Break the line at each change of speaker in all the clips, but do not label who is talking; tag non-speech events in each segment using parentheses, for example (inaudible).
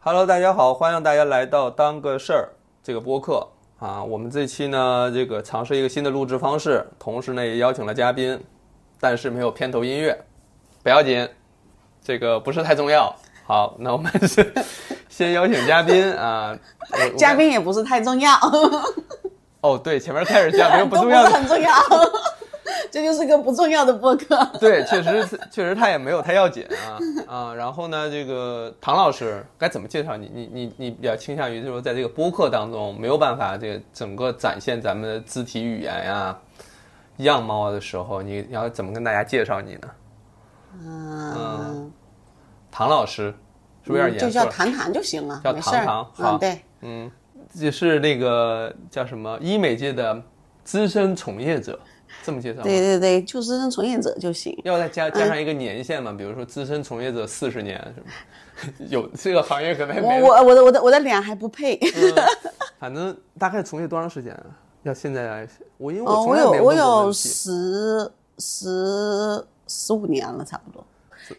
Hello，大家好，欢迎大家来到当个事儿这个播客啊。我们这期呢，这个尝试一个新的录制方式，同时呢也邀请了嘉宾，但是没有片头音乐，不要紧，这个不是太重要。好，那我们 (laughs) 是先邀请嘉宾啊。我我
嘉宾也不是太重要，
哦，对，前面开始嘉宾不
都
重
不
要
是
的，
很重要， (laughs) 这就是个不重要的播客。
对，确实确实他也没有太要紧啊啊。然后呢，这个唐老师该怎么介绍你？你你你比较倾向于就是说，在这个播客当中没有办法这个整个展现咱们的肢体语言呀、样貌啊的时候，你要怎么跟大家介绍你呢？
嗯，
唐老师是不是有点
就
严
嗯叫
肃了？
谈谈就行了，
叫
没事儿。
谈谈好
嗯，对，
嗯，这是那个叫什么医美界的资深从业者，这么介绍吗？
对嗯对对，就资深从业者就行。
要再加加上一个年限嘛，比如说资深从业者四十年什么， (laughs) 有这个行业可能
我
没人嗯
我我的我的我的脸还不配。
反正大概从业多长时间啊？要现在来，我因为
哦，
从
我
来
有
没有
我
问过
有
问题，
十十十五年了，差不多。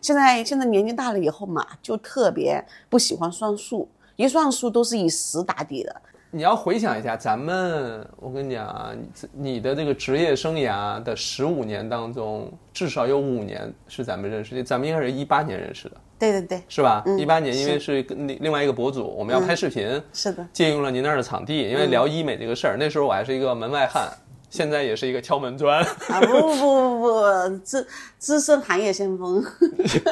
现在现在年纪大了以后嘛，就特别不喜欢算数，一算数都是以十打底的。
你要回想一下，咱们我跟你讲啊，你这你的这个职业生涯的十五年当中，至少有五年是咱们认识的，咱们应该是一八年认识的，
对对对，
是吧？
嗯
一八、年因为是跟另另外一个博主，我们要拍视频，
是的。
借用了您那儿的场地，因为聊医美这个事儿，那时候我还是一个门外汉，现在也是一个敲门砖。 (laughs)
啊不不不不不，资资深行业先锋， (laughs)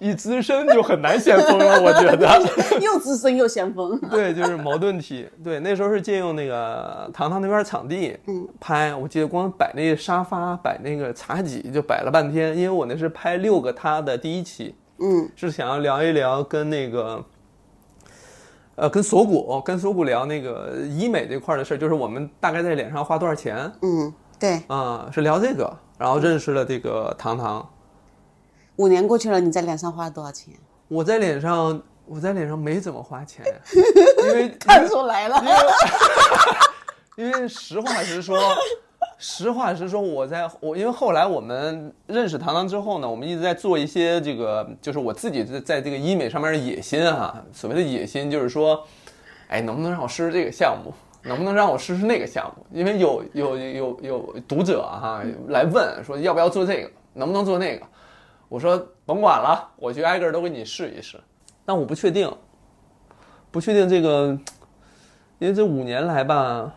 一资深就很难先锋了，我觉得。
又资深又先锋。
(laughs) 对，就是矛盾体。对，那时候是借用那个糖糖那边场地，嗯，拍。我记得光摆那沙发、摆那个茶几就摆了半天，因为我那是拍六个他的第一期，
嗯，
是想要聊一聊跟那个，呃，跟锁骨、跟锁骨聊那个医美这块儿的事儿，就是我们大概在脸上花多少钱
嗯，对，
啊、是聊这个，然后认识了这个糖糖。
五年过去了，你在脸上花了多少钱？
我在脸上，我在脸上没怎么花钱，因为
看出来了，
因为实话实说， (laughs) 实话实说，我在我因为后来我们认识糖糖之后呢，我们一直在做一些这个，就是我自己在在这个医美上面的野心啊。所谓的野心就是说，哎，能不能让我试试这个项目？能不能让我试试那个项目？因为有有有有读者哈、来问说要不要做这个，能不能做那个？我说甭管了，我去挨个儿都给你试一试。但我不确定，不确定这个，因为这五年来吧，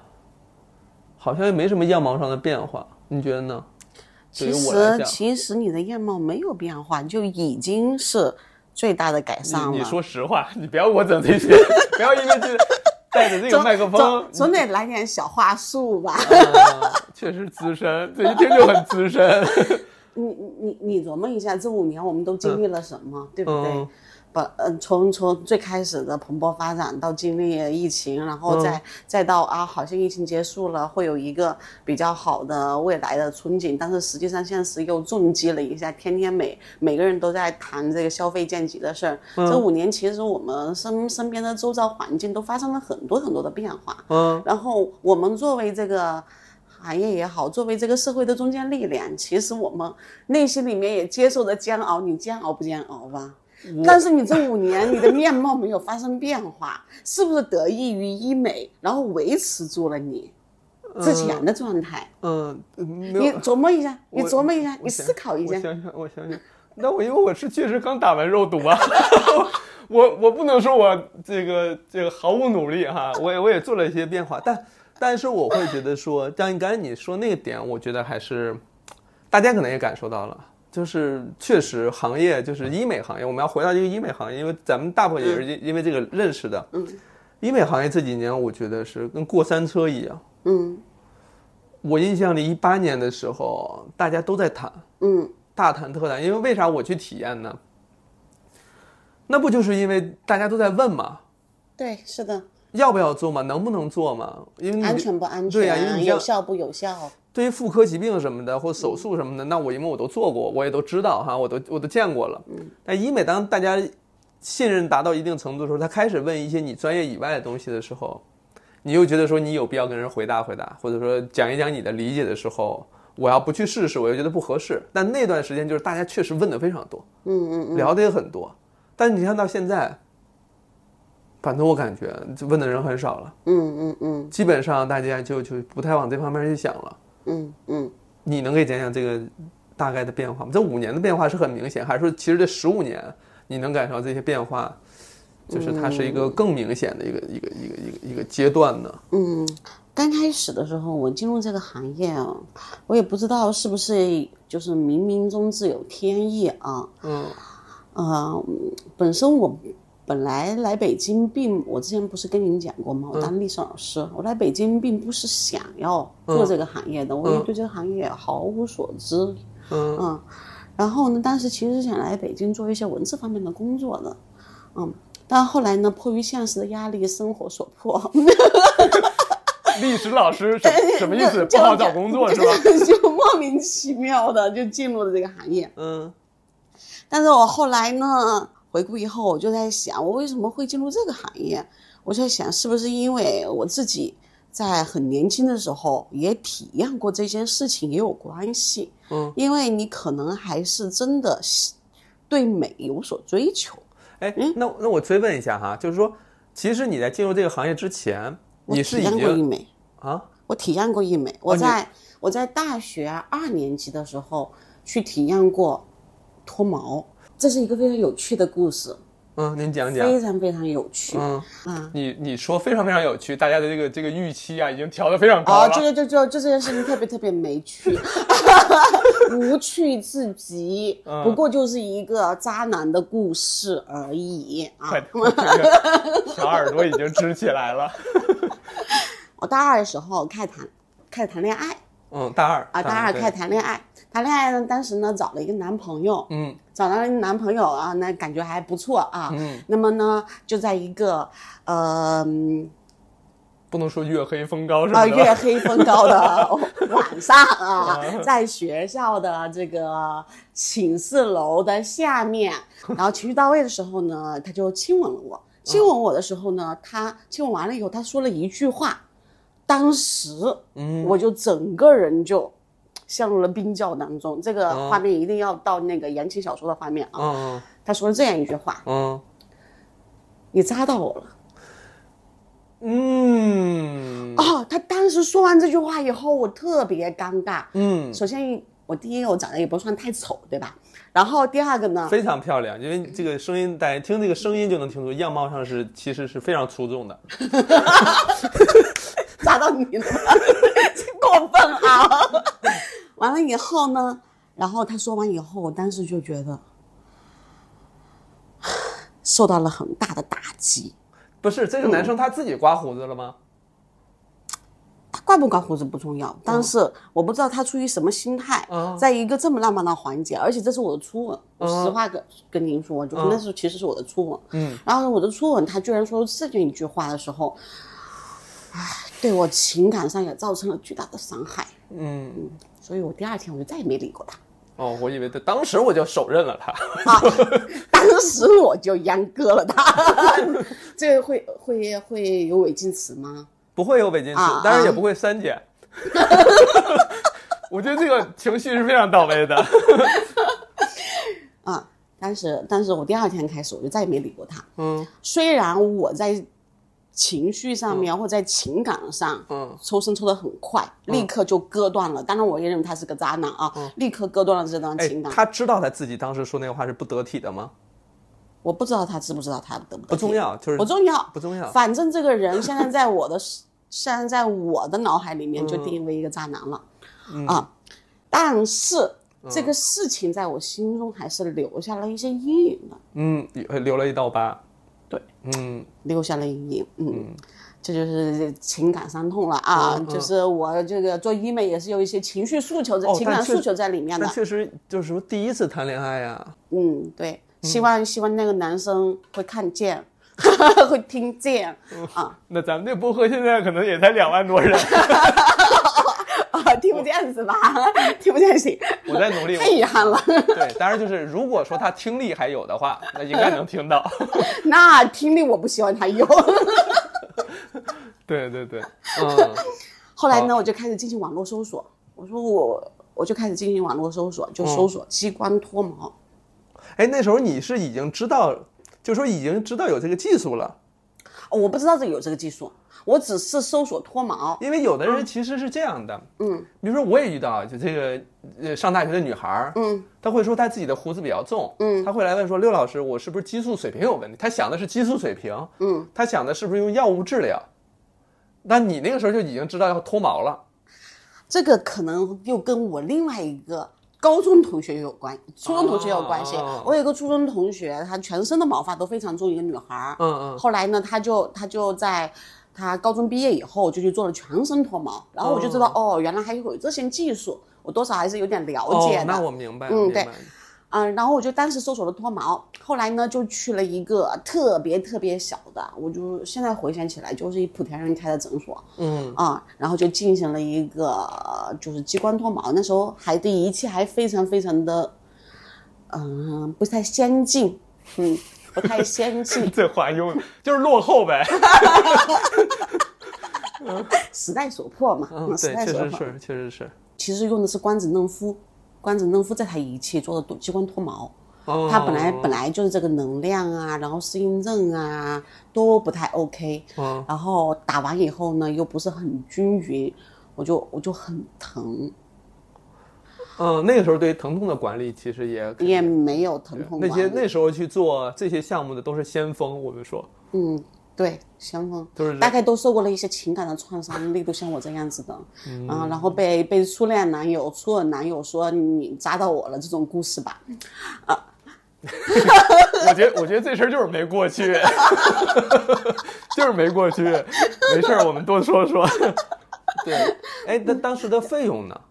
好像也没什么样貌上的变化，你觉得呢？对于
其
我来
实
讲，
其实你的样貌没有变化，你就已经是最大的改善了。
你你说实话，你不要给我整
(laughs)
这些，不要因为这带着这个
总
麦克风
总，总得来点小话术吧？
啊确实资深，这一听就很资深。
你你你琢磨一下，这五年我们都经历了什么，对不对？
嗯
把嗯，从从最开始的蓬勃发展到经历了疫情，然后再、再到啊，好像疫情结束了，会有一个比较好的未来的憧憬，但是实际上现实又重击了一下，天天每每个人都在谈这个消费降级的事儿。这五年其实我们身身边的周遭环境都发生了很多很多的变化，
嗯，
然后我们作为这个行业也好，作为这个社会的中坚力量，其实我们内心里面也接受着煎熬，你煎熬不煎熬吧？但是你这五年，你的面貌没有发生变化，是不是得益于医美，然后维持住了你之前的状态？
嗯，呃没
你
有。
琢磨一下，
我
你琢磨一下，
我
你
想
思考一
我
下。
想想，我想想，那我因为我是确实刚打完肉毒啊， (laughs) 我我不能说我这个这个毫无努力哈，我也我也做了一些变化，但但是我会觉得说，像刚才你说那个点，我觉得还是大家可能也感受到了。就是确实，行业就是医美行业，我们要回到这个医美行业，因为咱们大部分也是因因为这个认识的。
嗯，
医美行业这几年，我觉得是跟过山车一样。
嗯
我印象里，一八年的时候，大家都在谈，
嗯
大谈特谈，因为为啥我去体验呢？那不就是因为大家都在问嘛，
对，是的，
要不要做嘛，能不能做嘛？因为
安
你
全不安
对
全？
呀因为你像
有效不有效？
对于妇科疾病什么的或手术什
嗯
么的，那我因为我都做过，我也都知道哈，我都我都见过了。
嗯
但医美当大家信任达到一定程度的时候，他开始问一些你专业以外的东西的时候，你又觉得说你有必要跟人回答回答，或者说讲一讲你的理解的时候，我要不去试试，我又觉得不合适。但那段时间就是大家确实问的非常多。
嗯嗯嗯，
聊的也很多，但是你看到现在，反正我感觉问的人很少了，
嗯嗯嗯
基本上大家就就不太往这方面去想了。
嗯嗯，
你能给讲讲这个大概的变化吗？这五年的变化是很明显，还是说其实这十五年你能感受到这些变化，就是它是一个更明显的一个、一个一个一个一个阶段呢？
刚开始的时候我进入这个行业啊，我也不知道是不是就是冥冥中自有天意啊，
(laughs) 嗯
呃，本身我本来来北京并，我之前不是跟您讲过吗？我当历史老师，我来北京并不是想要做这个行业的，我也对这个行业毫无所知。
嗯
然后呢，当时其实是想来北京做一些文字方面的工作的，嗯，但后来呢，迫于现实的压力，生活所迫，
历史老师 (laughs) 什什么意思？不好找工作是吧？
(laughs) 就莫名其妙的就进入了这个行业。
(laughs) 嗯
但是我后来呢，回顾以后，我就在想，我为什么会进入这个行业？我就在想，是不是因为我自己在很年轻的时候也体验过这件事情也有关系？
嗯，
因为你可能还是真的喜对美有所追求。
哎，那那我追问一下哈，就是说，其实你在进入这个行业之前，
我
你是
体
已
验过医
经
美，
啊，
我体验过医美。我
哦你
在、我在大学二年级的时候去体验过脱毛，这是一个非常有趣的故事，
嗯，您讲讲，
非常非常有趣。
嗯，
啊
你你说非常非常有趣，大家的这个这个预期啊，已经调得非常高
哦，
了。
这个就就就这件事情特别特别没趣， (laughs) 无趣至极。
嗯
不过就是一个渣男的故事而已啊
快！点，这个小 (laughs) 耳朵已经支起来
(laughs)
了。
我大二的时候开始谈，开始谈恋爱
嗯，大二
啊，大二开
对
始谈恋爱，谈恋爱呢，当时呢找了一个男朋友，
嗯
找到了一个男朋友啊，那感觉还不错啊。
嗯
那么呢，就在一个呃嗯
不能说月黑风高什
啊，
么的 (laughs) 吧。
月黑风
(laughs)
高的晚上啊，在学校的这个寝室楼的下面，然后情绪到位的时候呢，他就亲吻了我。
嗯
亲吻我的时候呢，他亲吻完了以后，他说了一句话，当时
嗯
我就整个人就陷入了冰窖当中。这个
哦
画面一定要到那个言情小说的画面啊。
嗯
他说了这样一句话
嗯：“
你扎到我了。”
嗯
哦，他当时说完这句话以后，我特别尴尬。
嗯，
首先，我第一个我长得也不算太丑，对吧？然后第二个呢，
非常漂亮，因为这个声音，大家听这个声音就能听出，样貌上是其实是非常出众的。
扎到你了， (laughs) 过分啊！完了以后呢，然后他说完以后，我当时就觉得 (sighs) 受到了很大的打击。
不是这个男生他自己刮胡子了吗？
他刮不刮胡子不重要，但是我不知道他出于什么心态，
嗯
在一个这么浪漫的环节，而且这是我的初吻，我实话跟跟您说，就是那是其实是我的初吻，
嗯，
然后我的初吻，他居然说这样一句话的时候，唉，对我情感上也造成了巨大的伤害，
嗯，
所以我第二天我就再也没理过他，
哦，我以为他当时我就手刃了他。
啊， (laughs) 当时我就阉割了他， (laughs) 这个会会会有违禁词吗？
不会有违禁词
啊，
当然也不会删 (laughs) 减。我觉得这个情绪是非常到位的。
啊，当时但是我第二天开始我就再也没理过他。
嗯
虽然我在情绪上面啊或在情感上，
嗯
抽身抽得很快，立刻就割断了。当然，我也认为他是个渣男啊，立刻割断了这段
嗯哎
情，感。
他知道他自己当时说那个话是不得体的吗？
我不知道他知不知道他得不得
不重
体，
要，就是
不重要，
不重要
反正这个人现在在
(laughs)
我的现在在我的脑海里面就定义为一个渣男了，
嗯
啊，但是。这个事情在我心中还是留下了一些阴影的，
嗯，留了一道疤。
对，
嗯
留下了阴影，嗯，这就是情感伤痛了啊，
嗯嗯
就是我这个做医美也是有一些情绪诉求在、
哦
情感
但确
诉求在里面
但
的，
确实就是说第一次谈恋爱啊呀，
嗯，对，希望、希望那个男生会看见， (laughs) 会听见
嗯
啊
那咱们这播客现在可能也才两万多人，
啊，听不见是吧？ (laughs) 听不见行，
(laughs)
哎
我在 (laughs) 努力。
太遗憾了，
对，当然就是如果说他听力还有的话， (laughs) 那应该能听到。
(laughs)
(laughs)
那听力我不希望他有。 (laughs)
对对对，嗯 (laughs)
后来呢，我就开始进行网络搜索，我说我我就开始进行网络搜索，
嗯
就搜索激光脱毛。
哎，那时候你是已经知道，就说已经知道有这个技术了。
哦我不知道这有这个技术，我只是搜索脱毛。
因为有的人其实是这样的，嗯，比如说我也遇到，就这个呃上大学的女孩儿，嗯，她会说她自己的胡子比较重，嗯，她会来问说六老师，我是不是激素水平有问题？她想的是激素水平，嗯，她想的是不是用药物治疗？那你那个时候就已经知道要脱毛了，
这个可能又跟我另外一个高中同学有关，初中同学有关系。
哦
我有一个初中同学，她全身的毛发都非常重，一个女孩儿。
嗯嗯
后来呢，她就她就在她高中毕业以后就去做了全身脱毛，然后我就知道哦原来还有这些技术，我多少还是有点了解的。
哦，那我明白，
嗯
明白
对嗯，然后我就当时搜索了脱毛，后来呢就去了一个特别特别小的，我就现在回想起来就是一莆田人开的诊所
嗯
啊、然后就进行了一个呃就是激光脱毛，那时候还对仪器还非常非常的，嗯、不太先进，嗯，不太先
(laughs) ，
进
这话用就是落后
(laughs)
呗，
时代所迫嘛，
嗯，
时
对，
代
确
所
实。
迫
是，确实是，
其实用的是光子嫩肤，光子嫩肤这台仪器做的激光脱毛。
哦，
它本来本来就是这个能量啊，然后适应症啊都不太 OK，
嗯
然后打完以后呢又不是很均匀，我就我就很疼，
嗯，那个时候对于疼痛的管理其实也
也没有疼痛
那些
管理
那时候去做这些项目的都是先锋，我们说
嗯对先锋
都是
大概都受过了一些情感的创伤，例如像我这样子的，嗯、然后被被初恋男友、初吻男友说你扎到我了这种故事吧，
我觉得，我觉得这事儿就是没过去， (laughs) 就是没过去。没事儿，我们多说说。 (laughs) 对，哎，那当时的费用呢？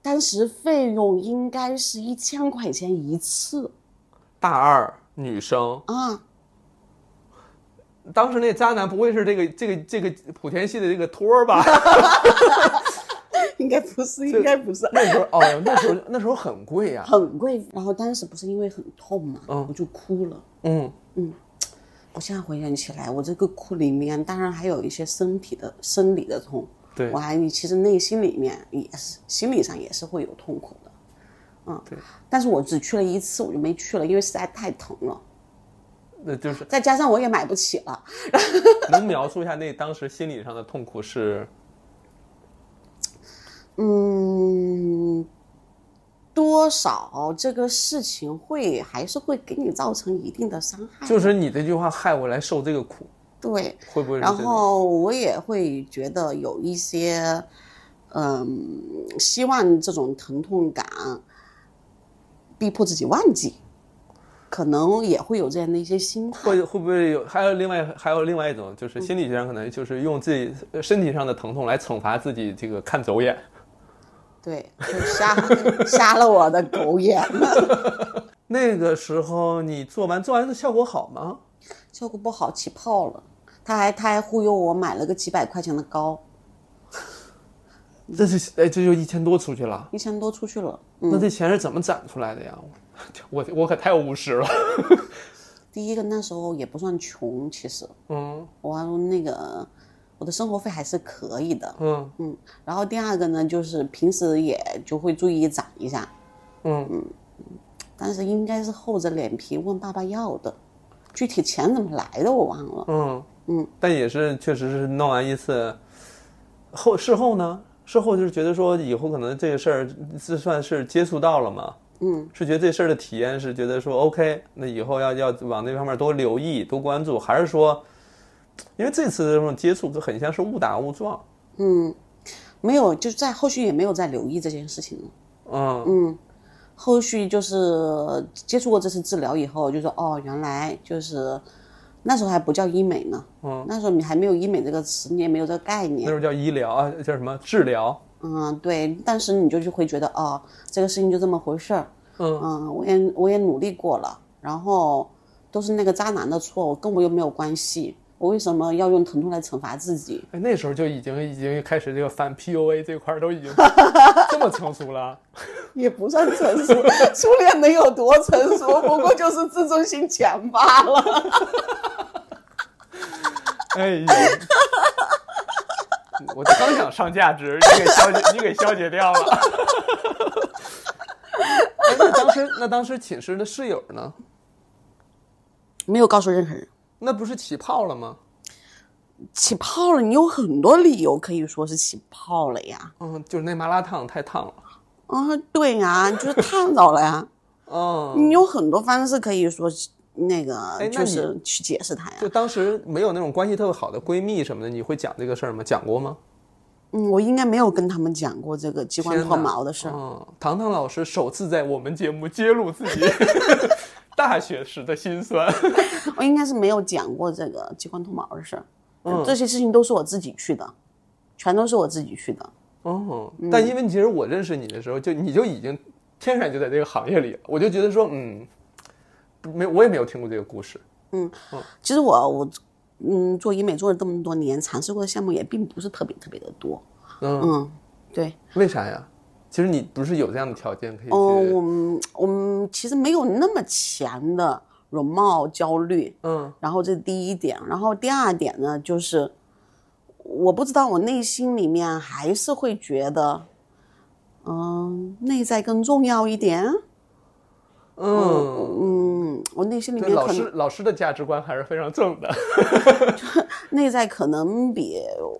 当时费用应该是一千块钱一次
大二女生，
啊。
当时那渣男不会是这个这个这个莆田系的这个托儿吧？
应该不是，应该不是，
(laughs) 那时候哦，那时候那时候很贵啊呀、
很贵。然后当时不是因为很痛嘛，我就哭了。
嗯，
我现在回想起来，我这个哭里面当然还有一些身体的、生理的痛，
对
我还其实内心里面也是，心理上也是会有痛苦的，嗯，
对。
但是我只去了一次，我就没去了，因为实在太疼了，
那就是
再加上我也买不起了，
能描述一下那当时心理上的痛苦是？
嗯，多少这个事情会还是会给你造成一定的伤害，
就是你这句话害我来受这个苦，
对。
会不会是
然
这种？
后我也会觉得有一些，嗯，希望这种疼痛感逼迫自己忘记，可能也会有这样的一些心态。
会会不会有？还有另外还有另外一种，就是心理学上可能就是用自己呃身体上的疼痛来惩罚自己这个看走眼。
对，就瞎 (laughs) 瞎了我的狗眼，
那个时候你做完做完的效果好吗？
效果不好起泡了。他还他还忽悠我买了个几百块钱的膏，
这是哎，这就一千多出去了。
一千多出去了。
那这钱是怎么攒出来的呀？ (laughs) 我我可太务实了。
第一个那时候也不算穷，其实
嗯
我那个我的生活费还是可以的。
嗯
嗯，然后第二个呢，就是平时也就会注意攒一下，
嗯，
但是应该是厚着脸皮问爸爸要的，具体钱怎么来的我忘了。
嗯嗯，但也是确实是弄完一次，后事后呢？事后就是觉得说以后可能这个事儿这算是接触到了嘛，
嗯，
是觉得这事儿的体验是觉得说 OK，那以后要要往那方面多留意、多关注，还是说，因为这次的这种接触就很像是误打误撞，
没有，就是在后续也没有再留意这件事情了。
嗯
后续就是接触过这次治疗以后，就说哦，原来就是那时候还不叫医美呢，
嗯，
那时候你还没有医美这个词，你也没有这个概
那
念
时。候叫医疗啊，叫什么治疗，
嗯，对，但是你就就会觉得哦，这个事情就这么回事儿。
嗯
我也我也努力过了，然后都是那个渣男的错，跟我又没有关系，我为什么要用疼痛来惩罚自己？
哎，那时候就已经已经开始这个反 PUA 这块儿都已经这么成熟了，
也不算成熟， (laughs) 初恋能有多成熟？不过就是自尊心强罢了。
哎呦，我就刚想上价值，你给消解，你给消解掉了。哎，那当时那当时寝室的室友呢？
没有告诉任何人，
那不是起泡了吗？
起泡了，你有很多理由可以说是起泡了呀。
嗯，就是那麻辣烫太烫了。
啊，对呀，你就是烫着了呀， (laughs)
嗯，
你有很多方式可以说是那
哎
个
那
就
你
是去解释它呀。
就当时没有那种关系特别好的闺蜜什么的，你会讲这个事儿吗？讲过吗？
嗯，我应该没有跟他们讲过这个机关
天
脱
哪
毛的事儿。
嗯，糖糖老师首次在我们节目揭露自己 (laughs) 大学时的辛酸。
我应该是没有讲过这个机关脱毛的事儿，
嗯
这些事情都是我自己去的，全都是我自己去的。
哦，
嗯
但因为其实我认识你的时候，就你就已经天然就在这个行业里了，我就觉得说，嗯，没，我也没有听过这个故事。
其实我我嗯做医美做了这么多年，尝试过的项目也并不是特别特别的多。
嗯，
嗯，对，
为啥呀？其实你不是有这样的条件可以去，
哦，我们我们其实没有那么强的容貌焦虑，
嗯
然后这是第一点，然后第二点呢就是，我不知道我内心里面还是会觉得，嗯、内在更重要一点。
嗯，
嗯，我内心里
对，
面
老
可
师
能
老师的价值观还是非常
(laughs)
正的。
内在可能比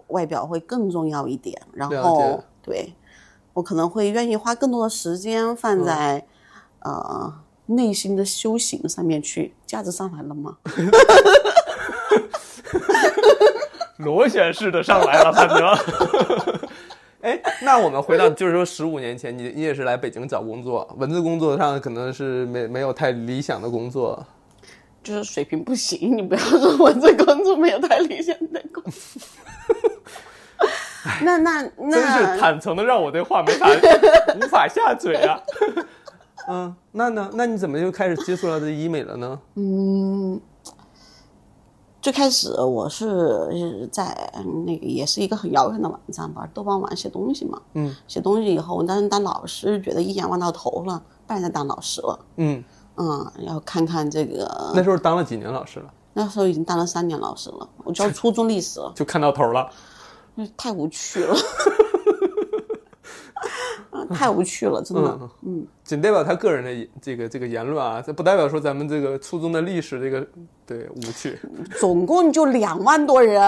外表会更重要一点，然
了
后
解
对我可能会愿意花更多的时间
嗯
放在、呃内心的修行上面去，价值上来了吗？
螺旋式的上来了，反 (laughs) 正。哎，那我们回到就是说，十五年前你你也是来北京找工作，文字工作上可能是没没有太理想的工作，
就是水平不行，你不要说我这工作没有太理想的工作。 (laughs) 那 (laughs) 那
真是
那
坦诚的让我对话没 (laughs) 法无法下嘴啊。嗯，那呢？那你怎么就开始接触到这医美了呢？
最开始我是呃在嗯那个也是一个很遥远的网站吧，豆瓣网写东西嘛，
嗯，
写东西以后，我当时当老师觉得一眼望到头了，不然就当老师了，
嗯，
嗯，要看看这
那
个，
时候当了几年老师了，
那时候已经当了三年老师了，我教初中历史了， (laughs)
就看到头了。
那太无趣 (laughs) 了。啊太无趣了，真的。
嗯，仅代表他个人的这个这个言论啊，这不代表说咱们这个初中的历史这个对无趣。
总共就两万
(laughs)
多人。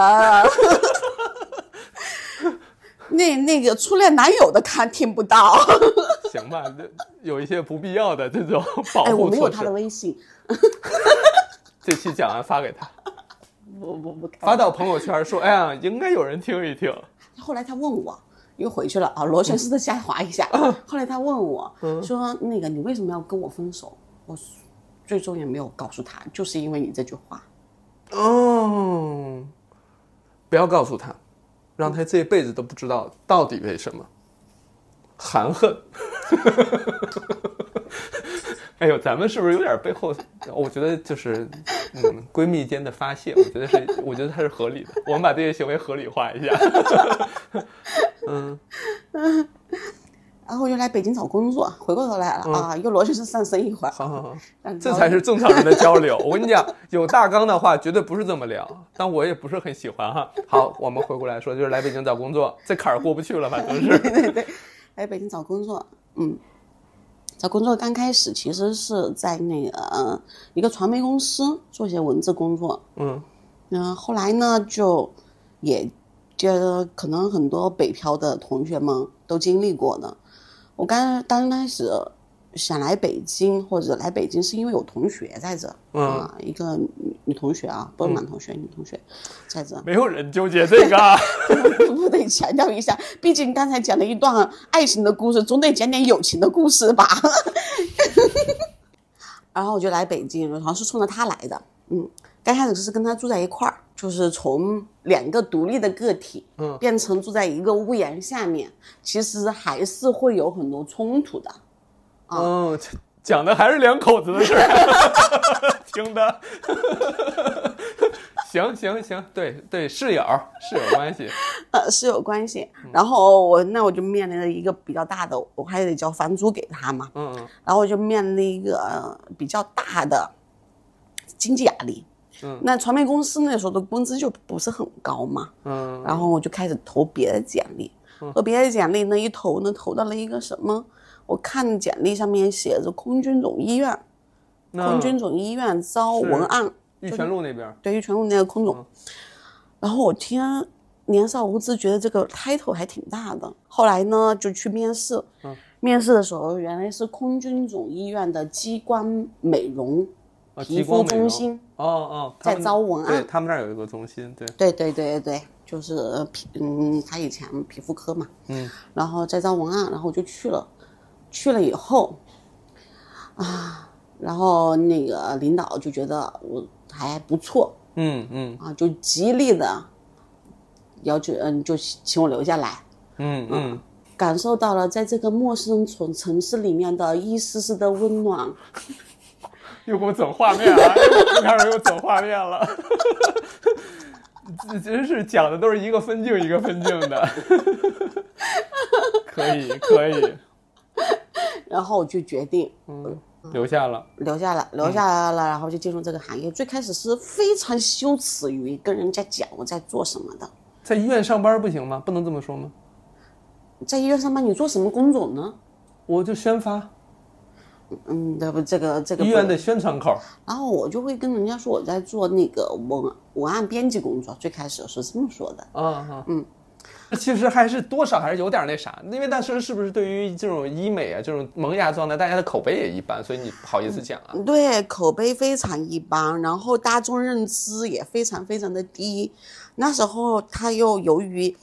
那那个初恋男友的看听不到，
行吧， (laughs) 这有一些不必要的这种保
哎，我
护
没有
措
他
施。
的微信，
这期讲完发给他，
我我不看。
发到朋友圈说：“哎呀，应该有人听一听。
后来他问我，又回去了啊，螺旋式的下滑一下。
嗯啊
后来他问我、说：“那个你为什么要跟我分手？”我说最终也没有告诉他，就是因为你这句话。”
哦，不要告诉他，让他这辈子都不知道到底为什么含恨。 (laughs) 哎呦，咱们是不是有点背后？我觉得就是，嗯，闺蜜间的发泄，我觉得是，我觉得它是合理的。我们把这些行为合理化一下。
然后又来北京找工作，回过头来了、啊，又螺旋式上升一会儿。
好好好。
但
嗯这才是正常人的交流。我跟你讲，有大纲的话绝对不是这么聊，但我也不是很喜欢哈。好，我们回过来说，就是来北京找工作，这坎儿过不去了，反正是。 (laughs)
来北京找工作，嗯，找工作刚开始其实是在那个、呃一个传媒公司做些文字工作，
嗯
嗯、后来呢就也觉得可能很多北漂的同学们都经历过的。我刚刚开始想来北京或者来北京，是因为有同学在这，
嗯
啊，一个女女同学啊，不是男同学，女同学在这，
没有人纠结这个啊。
我得强调一下，毕竟刚才讲了一段爱情的故事，总得讲点友情的故事吧。 (laughs) 然后我就来北京，好像是冲着他来的。嗯，刚开始是跟他住在一块儿，就是从两个独立的个体，
嗯
变成住在一个屋檐下面，其实还是会有很多冲突的。 (laughs) 啊
嗯，讲的还是两口子的事儿， (laughs) 听的。行行行，对对，室友室友关系，
呃，是有关系。然后我那我就面临了一个比较大的，我还得交房租给他嘛。
嗯嗯
然后我就面临一个呃比较大的经济压力。
嗯
那传媒公司那时候的工资就不是很高嘛，
嗯，
然后我就开始投别的简历，投别的简历呢一投呢投到了一个什么？我看简历上面写着空军总医院，
那
空军总医院招
嗯是
文案，
玉泉路那边儿，嗯
对于全国那个空总。然后我听年少无知，觉得这个 title 还挺大的。后来呢，就去面试，
嗯
面试的时候原来是空军总医院的激光美容
啊，
皮
激
肤
光美容
中心。
哦哦，他
在
们
招啊文案
对他们那儿有一个中心，对，
对对对对对，就是皮，嗯，他以前皮肤科嘛，
嗯，
然后再招文案，然后我就去了，去了以后，啊，然后那个领导就觉得我还不错
嗯嗯
啊，就极力的要求，嗯，就请我留下来，
嗯嗯，
感受到了在这个陌生城城市里面的一丝丝的温暖。
又给我整画面啊哎了，又开始又整画面了，这真是讲的都是一个分镜一个分镜的， (laughs) 可以可以，
然后我就决定嗯
留下了，
留下来，留下来了，然后就进入这个行业。最开始是非常羞耻于跟人家讲我在做什么的，
在医院上班不行吗？不能这么说吗？
在医院上班你做什么工种呢？
我就宣发
嗯，对不，这个这个
医
不
院的宣传口，
然后我就会跟人家说我在做那个文文案编辑工作，最开始是这么说的。
啊啊嗯。其实还是多少还是有点那啥，因为当时是不是对于这种医美啊这种萌芽状态，大家的口碑也一般，所以你不好意思讲啊。
对，口碑非常一般，然后大众认知也非常非常的低。那时候他又由于，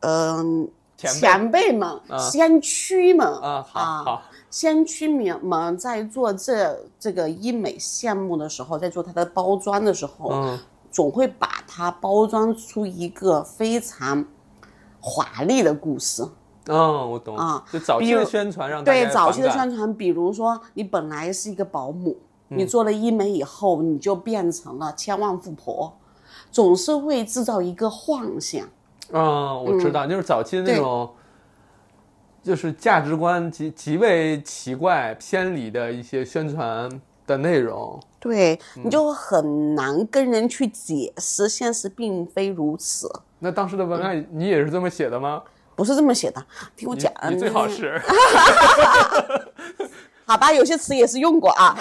嗯、
前辈
前辈们、先驱们
啊，好好，
先驱们们在做这这个医美项目的时候，在做它的包装的时候，
嗯
总会把它包装出一个非常华丽的故事。
嗯，我懂
啊
就早
比
期
如
的宣传让大家
对早期的
反感
宣传，比如说你本来是一个保姆，
嗯
你做了医美以后，你就变成了千万富婆，总是会制造一个幻想。
嗯，我知道，就是早期的那种，就是价值观极极为奇怪、偏离的一些宣传的内容。
对，你就很难跟人去解释，现实并非如此，
那当时的文
嗯
案你也是这么写的吗？
不是这么写的。听我
你
讲，嗯
你最好是，
好吧，有些词也是用过啊，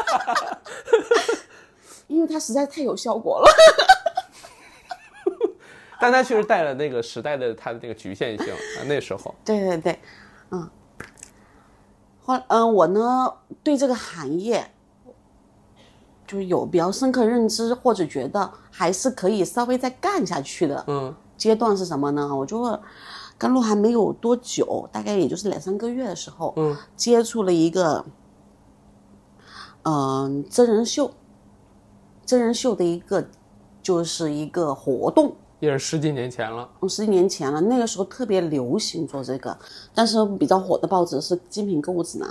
(laughs) 因为它实在太有效果了。
但它确实带了那个时代的它的那个局限性啊。那时候，
对对对，嗯，后嗯、我呢对这个行业就是有比较深刻认知，或者觉得还是可以稍微再干下去的
嗯
阶段是什么呢？我就会刚入行没有多久，大概也就是两三个月的时候，
嗯，
接触了一个嗯、真人秀，真人秀的一个就是一个活动，
也是十几年前了。
嗯，十几年前了，那个时候特别流行做这个，但是比较火的报纸是《精品购物指南》。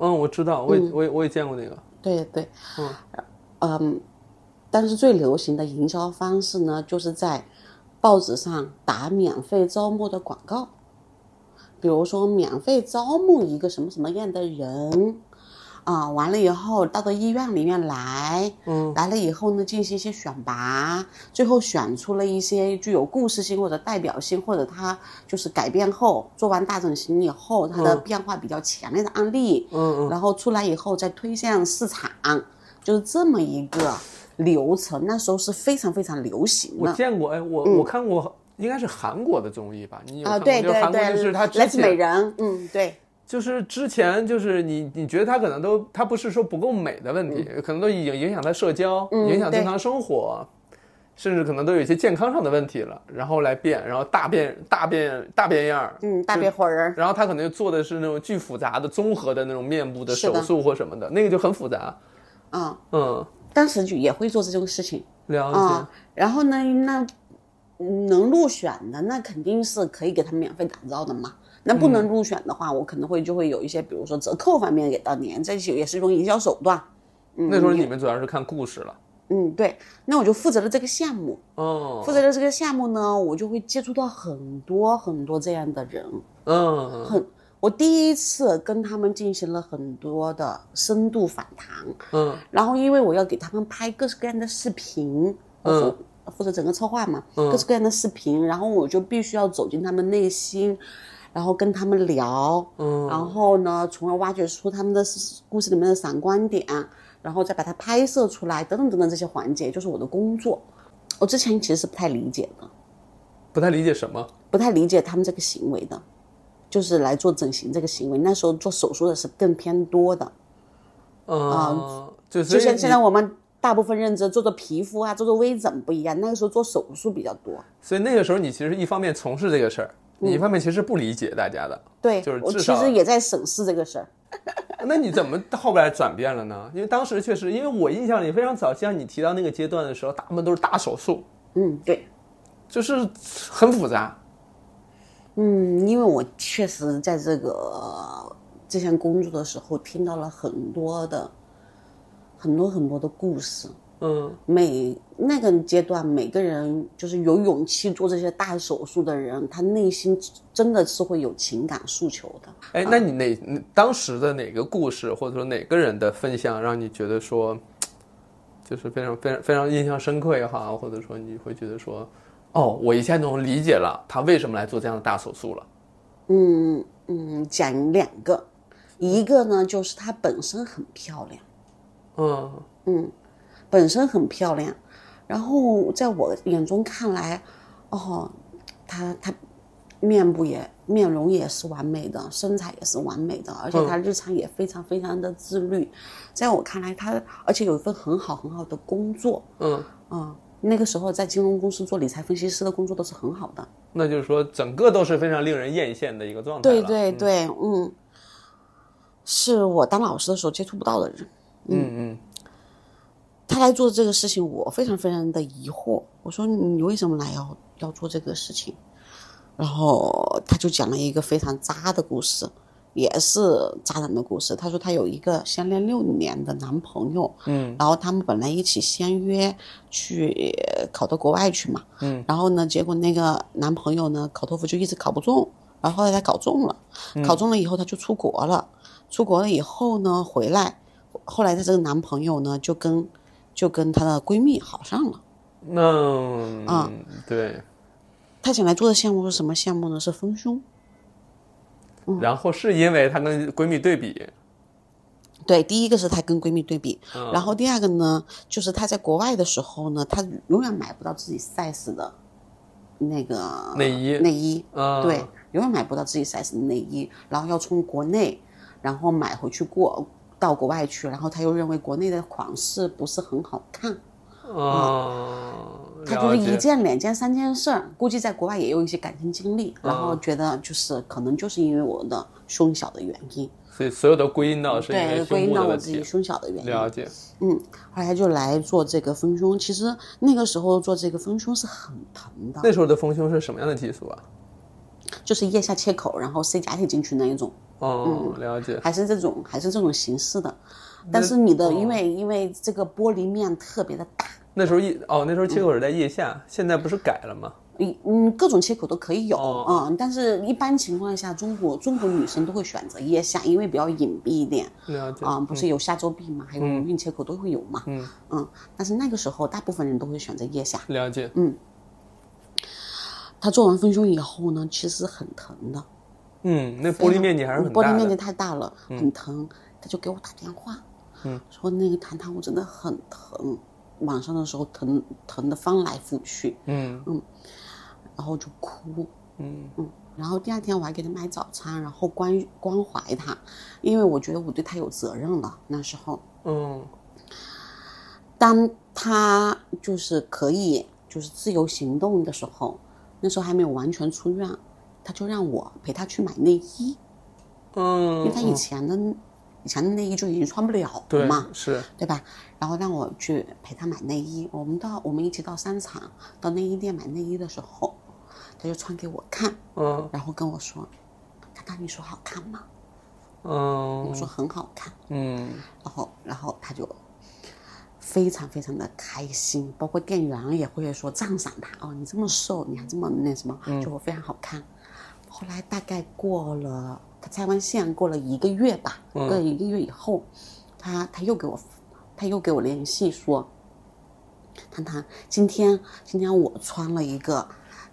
嗯，我知道，我也、我也我也见过那个。
对对，嗯，但是最流行的营销方式呢，就是在报纸上打免费招募的广告，比如说免费招募一个什么什么样的人，啊、完了以后到到医院里面来，
嗯，
来了以后呢，进行一些选拔，最后选出了一些具有故事性或者代表性，或者他就是改变后做完大整形以后，它的变化比较强烈的案例，
嗯嗯嗯
然后出来以后再推向市场，就是这么一个流程。那时候是非常非常流行
我
的
见过，哎，我、我看过，应该是韩国的综艺吧？你有
嗯啊，
看过？
对
就是
对
韩国
对，
就是他之
来自美
前
人，嗯，对
就是之前就是你你觉得她可能都她不是说不够美的问题，可能都已经影响她社交，
嗯
影响
对
正常生活，甚至可能都有一些健康上的问题了，然后来变，然后大变大变大变样儿。
嗯，大变活人儿，
然后她可能做的是那种巨复杂的综合的那种面部的
是的
手术或什么的，那个就很复杂。
嗯，
嗯，
当时就也会做这种事情。
了解。
啊、然后呢，那能入选的那肯定是可以给他们免费打造的嘛。那不
嗯
能入选的话，我可能会就会有一些，比如说折扣方面给到您，这些也是一种营销手段。
那时候你们主要是看故事了。
嗯，对。那我就负责了这个项目，
哦
负，责了这个项目呢，我就会接触到很多很多这样的人。
嗯，
很，我第一次跟他们进行了很多的深度访谈，
嗯
然后因为我要给他们拍各式各样的视频，我负负责整个策划嘛，各式各样的视频，然后我就必须要走进他们内心，然后跟他们聊，
嗯
然后呢，从而挖掘出他们的故事里面的闪光点，然后再把它拍摄出来，等等等等这些环节就是我的工作。我之前其实是不太理解的，
不太理解什么。
不太理解他们这个行为的，就是来做整形这个行为。那时候做手术的是更偏多的，
嗯，就
啊就像
是
现在我们大部分认知做做皮肤啊，做做微整不一样，那个时候做手术比较多。
所以那个时候你其实一方面从事这个事儿，
嗯
你一方面其实不理解大家的。
对，
就是
我
至
其
少
实也在审视这个事儿。
那你怎么到后边转变了呢？因为当时确实，因为我印象里非常早，像你提到那个阶段的时候，大部分都是大手术，
嗯，对，
就是很复杂。
嗯，因为我确实在这个之前工作的时候听到了很多的很多很多的故事。
嗯
每那个阶段，每个人就是有勇气做这些大手术的人，他内心真的是会有情感诉求的。
哎，那你哪你当时的哪个故事，或者说哪个人的分享，让你觉得说，就是非常非常非常印象深刻也好，或者说你会觉得说，哦，我一下能理解了他为什么来做这样的大手术了。
嗯嗯，讲两个，一个呢就是她本身很漂亮，
嗯
本身很漂亮，然后在我眼中看来，哦，她她面部也面容也是完美的，身材也是完美的，而且她日常也非常非常的自律，在我看来她而且有一份很好很好的工作，
嗯，
啊，那个时候在金融公司做理财分析师的工作都是很好的。
那就是说整个都是非常令人艳羡的一个状态
对
了。
对对，嗯，是我当老师的时候接触不到的人。
嗯嗯
他来做这个事情，我非常非常的疑惑。我说你为什么来要要做这个事情？然后他就讲了一个非常渣的故事，也是渣男的故事。他说他有一个相恋六年的男朋友，
嗯，
然后他们本来一起相约去呃考到国外去嘛，
嗯，
然后呢，结果那个男朋友呢考托福就一直考不中，然后后来他考中了，
嗯
考中了以后他就出国了，出国了以后呢回来，后来她这个男朋友呢就跟就跟她的闺蜜好上了。
那嗯对，
她想来做的项目是什么项目呢？是丰胸。嗯
然后是因为她跟闺蜜对比，
对，第一个是她跟闺蜜对比，
嗯
然后第二个呢，就是她在国外的时候呢，她永远买不到自己 size 的那个
内衣
内衣，
嗯，
对，永远买不到自己 size 的内衣，然后要从国内，然后买回去过到国外去，然后她又认为国内的款式不是很好看，
哦，
她嗯就
嗯了
是
解
一件两件三件事儿，估计在国外也有一些感情经历，然后
嗯
觉得就是可能就是因为我的胸小的原因，
所以所有的归因到是因为
对，
胸
归
部
因
的
到我
问
自己
题。
胸小的原因。
了解，
嗯，后来就来做这个丰胸。其实那个时候做这个丰胸是很疼的，
那时候的丰胸是什么样的技术啊？
就是腋下切口，然后塞假体进去那一种，嗯
哦，了解，
还是这种，还是这种形式的。但是你
哦
的，因为因为这个玻璃面特别的大，
那时候腋哦，那时候切口是在腋下，现在不是改了吗？
嗯嗯，各种切口都可以有，
哦
嗯，但是一般情况下，中国中国女生都会选择腋下，因为比较隐蔽一点。
了解，
啊、不是有下周病嘛，还有孕切口都会有嘛，嗯但是那个时候大部分人都会选择腋下。
了解，
她做完丰胸以后呢，其实很疼的，
嗯，那玻璃面积还是很
玻
大
璃面积
的，嗯
太大了，很疼，他就给我打电话，嗯，说那个糖糖我真的很疼，晚上的时候疼疼的翻来覆去，
嗯
然后就哭，
嗯
嗯，然后第二天我还给他买早餐，然后关关怀他，因为我觉得我对他有责任了。那时候，
嗯
当他就是可以就是自由行动的时候，那时候还没有完全出院，他就让我陪他去买内衣，因为他
嗯，
以前的、以前的内衣就已经穿不了了
对
嘛，，
是，
对吧？然后让我去陪他买内衣，我们到我们一起到商场到内衣店买内衣的时候，他就穿给我看，
嗯
然后跟我说：“糖糖，你说好看吗？”我
嗯
说很好看，
嗯，
然后然后他就。非常非常的开心，包括店员也会说赞赏他哦，你这么瘦，你还这么那什么，
嗯
就我非常好看。后来大概过了他拆完线过了一个月吧，
嗯
过了一个月以后，他他又给我他又给我联系说，糖糖，今天今天我穿了一个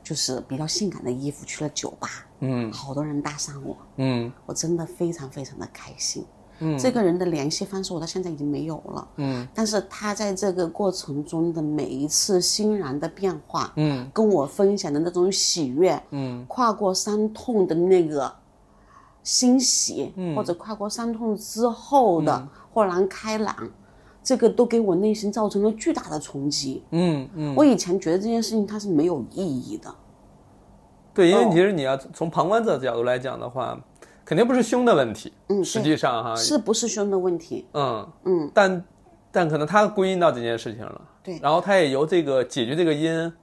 就是比较性感的衣服去了酒吧，
嗯
好多人搭讪我，
嗯
我真的非常非常的开心。这个人的联系方式我到现在已经没有了，嗯，但是他在这个过程中的每一次欣然的变化，嗯，跟我分享的那种喜悦，嗯，跨过伤痛的那个欣喜，嗯，或者跨过伤痛之后的豁然开朗。这个都给我内心造成了巨大的冲击。
嗯嗯，
我以前觉得这件事情它是没有意义的，
对，
哦
因为其实你要从旁观者的角度来讲的话，肯定不是凶的问题。
嗯
实
对
际上哈，
是不是凶的问题？
嗯
嗯，
但但可能他归因到这件事情了。
对
然后他也由这个解决这个因，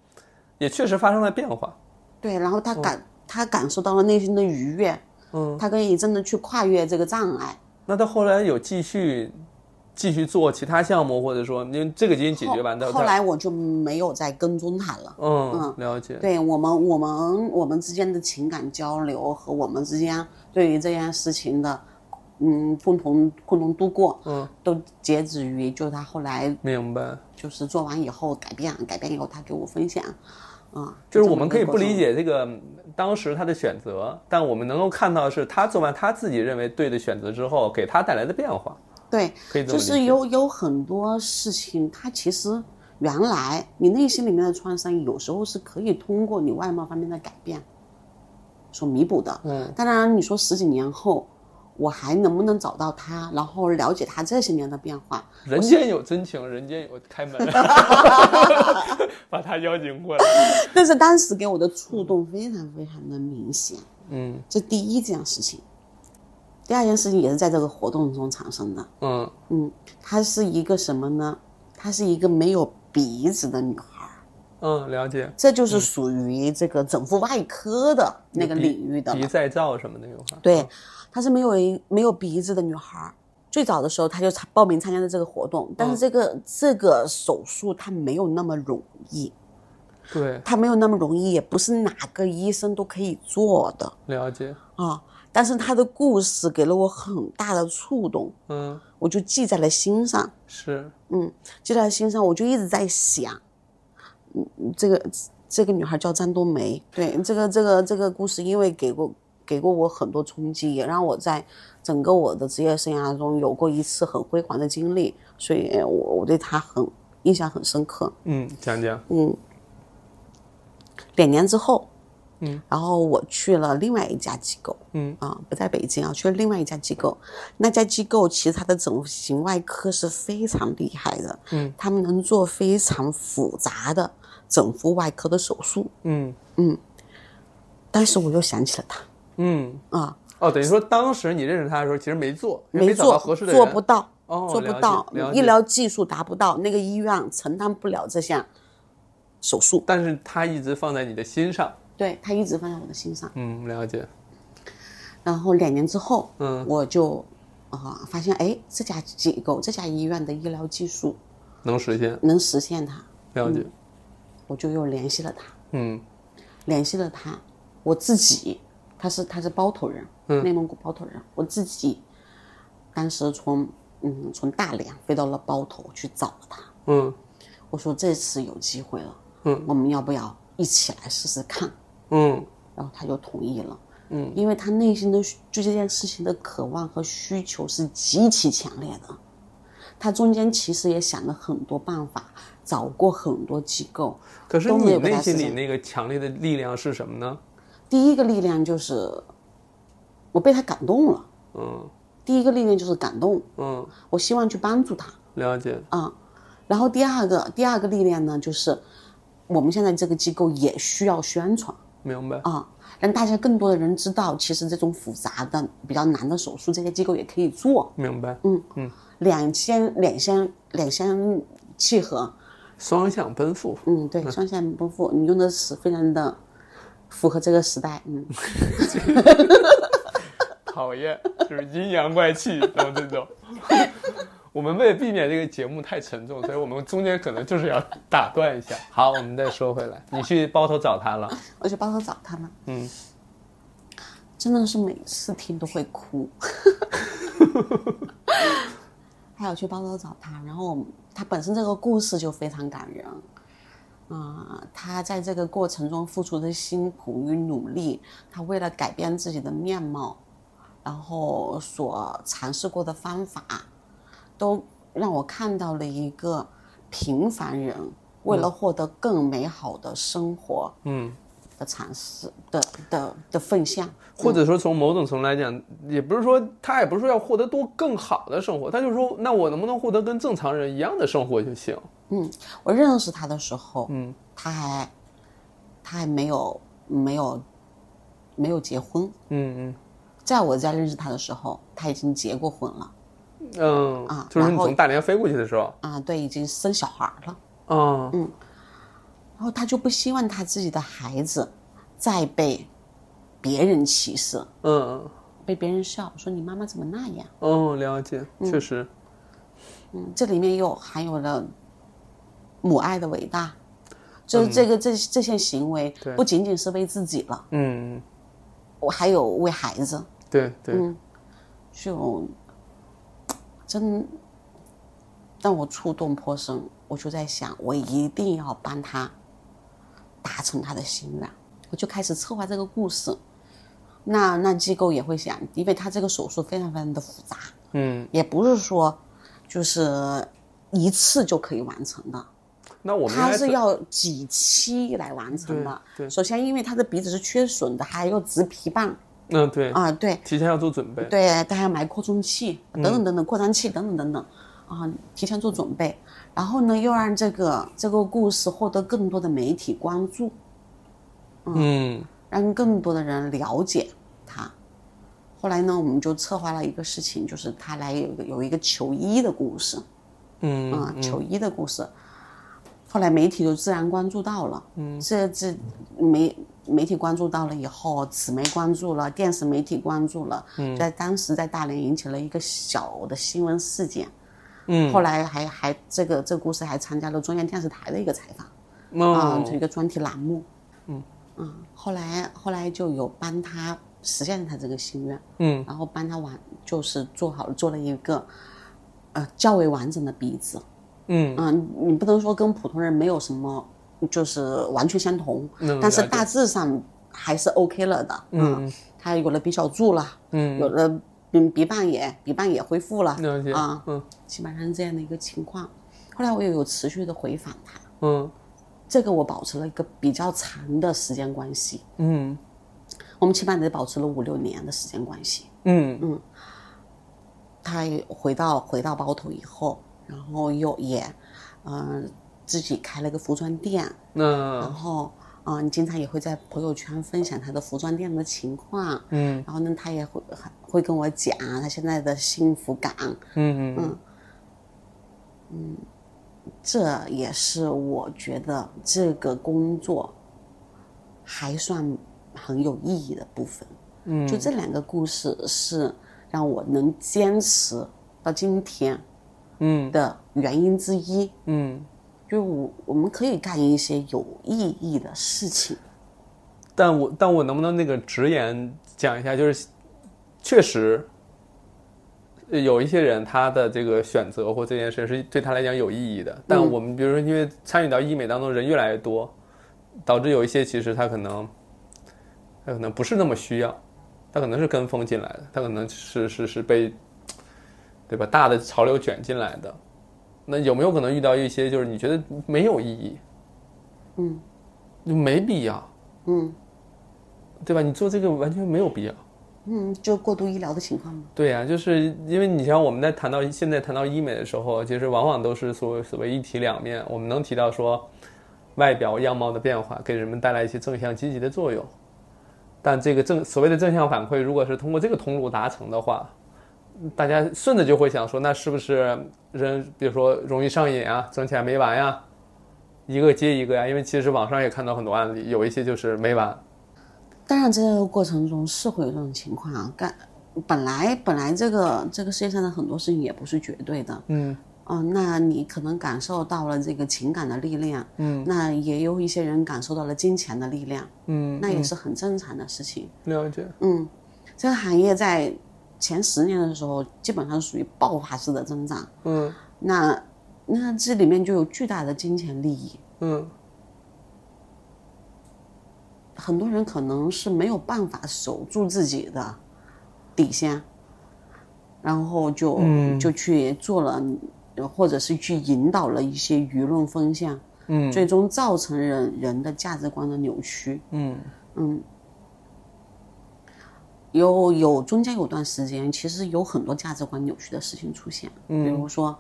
也确实发生了变化。
对，然后他感、他感受到了内心的愉悦，
嗯，
他可以真的去跨越这个障碍。
那他后来有继续继续做其他项目，或者说因为这个基因解决完的，
后后来我就没有再跟踪他了。
嗯，了解。
对我们，我们我们之间的情感交流和我们之间对于这件事情的，嗯，共同共同度过，
嗯，
都截止于就是他后来
明白。
就是做完以后改变，改变以后他给我分享，啊、
就是我们可以不理
解。
解这个嗯当时他的选择，但我们能够看到的是他做完他自己认为对的选择之后，给他带来的变化。
对，
可以这么
就
理解
是有有很多事情，它其实原来你内心里面的创伤，有时候是可以通过你外貌方面的改变所弥补的。
嗯，
当然你说十几年后，我还能不能找到他，然后了解他这些年的变化？ (laughs)
(laughs) 人间有真情，人间有 (laughs) 开门，把他邀请过来。
但是当时给我的触动非常非常的明显，
嗯
这第一件事情。第二件事情也是在这个活动中产生的。
嗯
嗯，她是一个什么呢？她是一个没有鼻子的女孩儿。
嗯，了解。
这就是属于这个整复外科的那个领域的
鼻
了。
再造什么的那种话。
对，她是没有一没有鼻子的女孩儿。最早的时候，她就参报名参加了这个活动，但是这个、这个手术它没有那么容易，
对，
它没有那么容易，也不是哪个医生都可以做的
了解。
啊。但是她的故事给了我很大的触动，
嗯，
我就记在了心上。
是。
嗯，记在心上，我就一直在想，嗯，这个这个女孩叫张冬梅，对，这个这个这个故事，因为给过给过我很多冲击，也让我在整个我的职业生涯中有过一次很辉煌的经历，所以我我对她很印象很深刻。
嗯，讲讲。
嗯，两年之后，
嗯，
然后我去了另外一家机构，
嗯
啊，不在北京啊，去了另外一家机构。那家机构其实它的整形外科是非常厉害的，
嗯，
他们能做非常复杂的整复外科的手术。
嗯
当时我就想起了他
嗯。
啊，
哦，等于说当时你认识他的时候，其实没做，因为
没
没找
做
到合适的人，
做不到，
哦
做不
了解
到
了，解
医疗技术达不到，那个医院承担不了这项手术。
但是他一直放在你的心上。
对他一直放在我的心上。
嗯，了解。
然后两年之后，
嗯
我就啊、发现，哎，这家机构这家医院的医疗技术
能实现，
能实现它，
了解。
我就又联系了他，
嗯
联系了他，我自己，他是他是包头人，
嗯
内蒙古包头人，我自己当时从嗯从大连飞到了包头去找了他，
嗯
我说这次有机会了，
嗯，
我们要不要一起来试试看？
嗯
然后他就同意了，
嗯，
因为他内心的需对这件事情的渴望和需求是极其强烈的。他中间其实也想了很多办法，找过很多机构。
可是
都没
你
有给
内
他
心
时
里
间
那个强烈的力量是什么呢？
第一个力量就是我被他感动了，
嗯
第一个力量就是感动，
嗯，
我希望去帮助他
了解。
啊、然后第二个第二个力量呢，就是我们现在这个机构也需要宣传。
明白，
啊，让大家更多的人知道，其实这种复杂的、比较难的手术，这些机构也可以做。
明白，
嗯两相两相两相契合，
双向奔赴，
嗯，对，双向奔赴，你用的词非常的符合这个时代，嗯，
讨厌， (laughs) 就是阴阳怪气，然后这种。 (laughs) 我们为了避免这个节目太沉重，所以我们中间可能就是要打断一下。好，我们再说回来，你去包头找他了，
我就帮他找他们，
嗯，
真的是每次听都会哭。 (laughs) 还有去包头找他，然后他本身这个故事就非常感人，啊、他在这个过程中付出的辛苦与努力，他为了改变自己的面貌，然后所尝试过的方法，都让我看到了一个平凡人为了获得更美好的生活，嗯，的尝试的的的分享。
或者说从某种程度来讲，也不是说他也不是说要获得多更好的生活，他就说那我能不能获得跟正常人一样的生活就行。
嗯，我认识他的时候，嗯，他还他还没有没有没有结婚，
嗯
在我在认识他的时候，他已经结过婚了
嗯嗯
啊
就是你
然后
从大连飞过去的时候，
啊，对，已经生小孩了。
嗯
然后他就不希望他自己的孩子再被别人歧视，
嗯
被别人笑说你妈妈怎么那样？
嗯，了解，确实，
嗯，这里面又含有了母爱的伟大，就是这个、这这些行为
对
不仅仅是为自己了，
嗯，
我还有为孩子，
对对，
嗯就真让我触动颇深。我就在想，我一定要帮他达成他的心愿，我就开始策划这个故事。那那机构也会想，因为他这个手术非常非常的复杂，
嗯，
也不是说就是一次就可以完成的，
那我们应
它
该
是
怎
要几期来完成的。
对对
首先因为他的鼻子是缺损的，还有植皮瓣
嗯对，
啊，对，
提前要做准备，
对，大家买扩充器等等等等，扩张器等等等等，啊，提前做准备，然后呢，又让这个这个故事获得更多的媒体关注，
嗯
让更多的人了解他。后来呢，我们就策划了一个事情，就是他来有一个有一个求医的故事，
嗯
啊，求医的故事。后来媒体就自然关注到了，嗯，这这媒媒体关注到了以后，纸媒关注了，电视媒体关注了，嗯，在当时在大连引起了一个小的新闻事件，
嗯，
后来还还这个这个故事还参加了中央电视台的一个采访。啊，
哦
做一个专题栏目。嗯嗯，后来后来就有帮他实现他这个心愿，
嗯，
然后帮他完就是做好做了一个呃较为完整的鼻子。
嗯
嗯，你不能说跟普通人没有什么就是完全相同，
嗯
但是
了解
大致上还是 OK 了的。嗯，他有了鼻小柱了，
嗯，
有了嗯鼻瓣也鼻瓣也恢复了，
了解，
啊，
嗯
基本上是这样的一个情况。后来我也有持续的回访他。
嗯
这个我保持了一个比较长的时间关系，
嗯
我们起码得保持了五六年的时间关系。
嗯嗯
他回到回到包头以后，然后又也，嗯、自己开了个服装店，然
那
后嗯、呃经常也会在朋友圈分享他的服装店的情况。
嗯
然后呢，他也会还会跟我讲啊他现在的幸福感，
嗯嗯
这也是我觉得这个工作还算很有意义的部分。嗯，就这两个故事是让我能坚持到今天
嗯
的原因之一。
嗯，
就是我我们可以干一些有意义的事情。
但我但我能不能那个直言讲一下，就是确实。呃有一些人他的这个选择或这件事是对他来讲有意义的，但我们比如说因为参与到医美当中人越来越多，导致有一些其实他可能他可能不是那么需要，他可能是跟风进来的，他可能是是是被，对吧？大的潮流卷进来的。那有没有可能遇到一些就是你觉得没有意义，嗯，没必要，嗯，对吧？你做这个完全没有必要。
嗯，就过度医疗的情况吗？
对呀、就是因为你像我们在谈到现在谈到医美的时候，其实往往都是所谓所谓一体两面。我们能提到说，外表样貌的变化给人们带来一些正向积极的作用，但这个正所谓的正向反馈，如果是通过这个通路达成的话，大家顺着就会想说，那是不是人比如说容易上瘾啊，整起来没完呀、一个接一个呀、啊因为其实网上也看到很多案例，有一些就是没完，
当然，这个过程中是会有这种情况啊。干本来本来这个这个世界上的很多事情也不是绝对的，
嗯
嗯、那你可能感受到了这个情感的力量，嗯，那也有一些人感受到了金钱的力量，
嗯，
那也是很正常的事情。
了解，
这个行业在前十年的时候，基本上属于爆发式的增长，
嗯
那那这里面就有巨大的金钱利益，
嗯
很多人可能是没有办法守住自己的底线，然后就、就去做了，或者是去引导了一些舆论风向，嗯，最终造成人人的价值观的扭曲，
嗯
有有中间有段时间，其实有很多价值观扭曲的事情出现，比如说，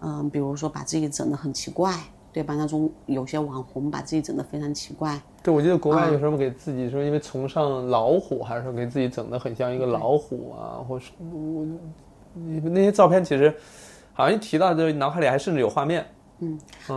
嗯、比如说把自己整得很奇怪，对吧？那种有些网红把自己整得非常奇怪，
对，我记得国外有时候给自己说，因为崇尚老虎，还是说给自己整的很像一个老虎啊，或是我那些照片其实好像一提到就脑海里还甚至有画面。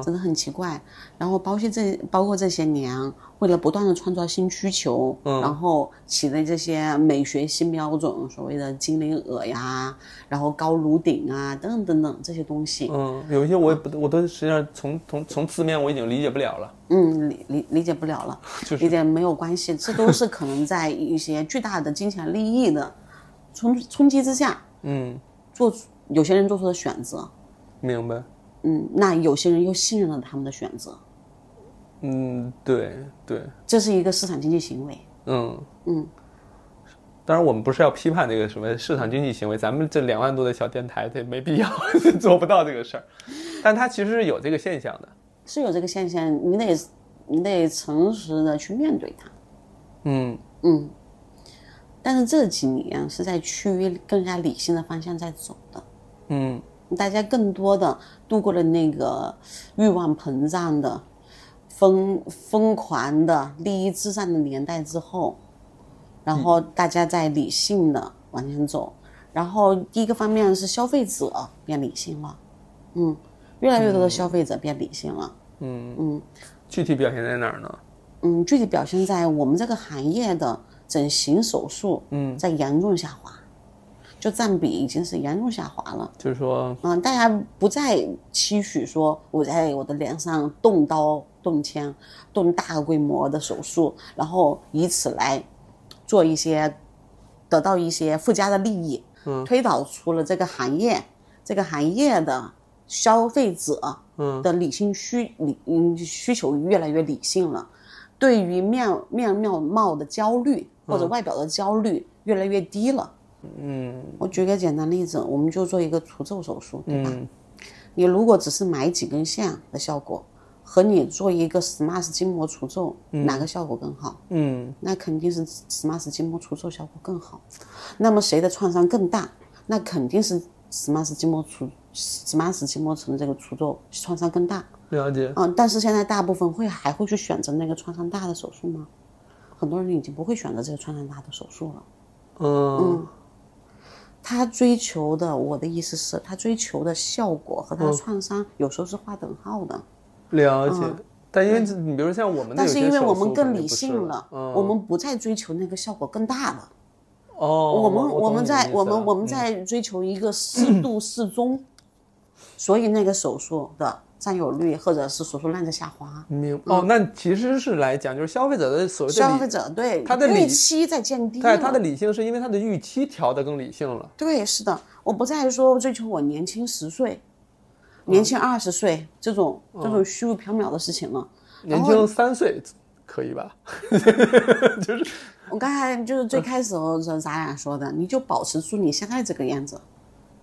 真的很奇怪。然后包括这包括这些年，为了不断的创造新需求，然后起的这些美学新标准，所谓的精灵耳呀，然后高颅顶啊，等等等等这些东西，
嗯，有一些我也不，我都实际上从从从字面我已经理解不了了。
嗯，理理理解不了了，理解没有关系，这都是可能在一些巨大的金钱利益的冲冲击之下，
嗯，
做出有些人做出的选择，
明白。
嗯，那有些人又信任了他们的选择，
嗯，对对，
这是一个市场经济行为。
嗯嗯。当然，我们不是要批判这个什么市场经济行为，咱们这两万多的小电台，它也没必要 (laughs) 做不到这个事儿。但它其实是有这个现象的。
是有这个现象，你得你得诚实的去面对它。
嗯
嗯，但是这几年是在趋于更加理性的方向在走的，
嗯
大家更多的度过了那个欲望膨胀的、疯疯狂的、利益至上的年代之后，然后大家在理性的往前走。然后第一个方面是消费者变理性了，嗯，越来越多的消费者变理性了。
嗯嗯。具体表现在哪儿呢？
嗯，具体表现在我们这个行业的整形手术，嗯，在严重下滑，就占比已经是严重下滑了。
就是说，
嗯，大家不再期许说我在我的脸上动刀动枪，动大规模的手术，然后以此来做一些得到一些附加的利益，嗯，推导出了这个行业这个行业的消费者，嗯，的理性需理嗯需求越来越理性了，对于面面面貌的焦虑或者外表的焦虑越来越低了。我举个简单例子，我们就做一个除皱手术，对吧？
嗯
你如果只是买几根线的效果，和你做一个 SMAS 筋膜除皱，哪个效果更好？
嗯，
那肯定是 SMAS 筋膜除皱效果更好。那么谁的创伤更大？那肯定是 SMAS 筋膜除 SMAS 筋膜层这个除皱创伤更大。
了解。
嗯，但是现在大部分会还会去选择那个创伤大的手术吗？很多人已经不会选择这个创伤大的手术了。
嗯
他追求的，我的意思是，他追求的效果和他
嗯
的创伤有时候是划等号的。
了解。但因为你比如像我们的有些手术，
嗯但是因为我们更理
可
性
能就不是
了，
嗯
我们不再追求那个效果更大了。
哦，
我们
我
我们在我们我们
在。
在追求一个
(clears throat)
适度适中，所以那个手术的占有率或者是手术量在下滑。
明哦，那其实是来讲，就是消费者的所谓的
消
理，
费者嗯对
他的理
预期在降低
他
了，
他的理性是因为他的预期调的更理性了。
对，是的，我不再说追求我年轻十岁、
嗯
年轻二十岁这种、这种虚无缥缈的事情了。
年轻三岁可以吧？
我刚才就是最开始我咱咱俩说的，你就保持住你现在这个样子，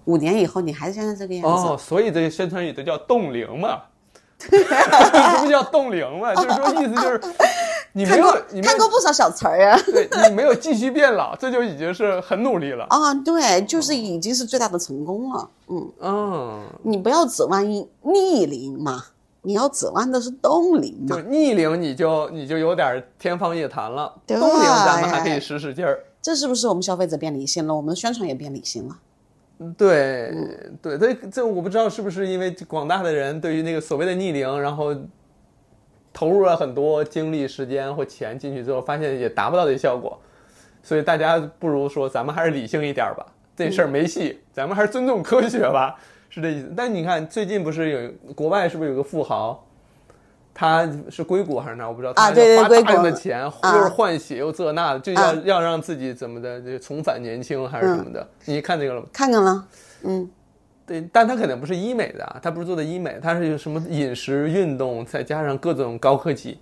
五年以后你还是现在这个样子。
(laughs) 哦，所以这个宣传语都叫冻龄
(laughs)
嘛， (laughs) 这不叫冻龄嘛？就是说意思就是你没
看
有
过
你没
看过
有
不少小词儿啊。
对你没有继续变老， (laughs) 这就已经是很努力了。
啊、对，就是已经是最大的成功了。嗯，
嗯，
你不要指望一逆龄嘛，你要指望的是动龄嘛
就。逆龄你就你就有点天方夜谭了，冻
对
龄咱们还可以使使劲儿。
这是不是我们消费者变理性了？我们的宣传也变理性了？
对
嗯
对，这这我不知道是不是因为广大的人对于那个所谓的逆龄，然后投入了很多精力、时间或钱进去之后，发现也达不到这效果，所以大家不如说咱们还是理性一点吧，这
嗯
事儿没戏，咱们还是尊重科学吧，是这意思。但你看最近不是有国外是不是有个富豪？他是硅谷还是哪儿？我不知道。他
啊对对
要花
硅
大量
谷啊
的钱，又是换血又这那的，就要要让自己怎么的，就重返年轻还是
嗯
什么的。你看这个了吗？
看看了，嗯，
对，但他肯定不是医美的啊，他不是做的医美，他是有什么饮食、运动，再加上各种高科技。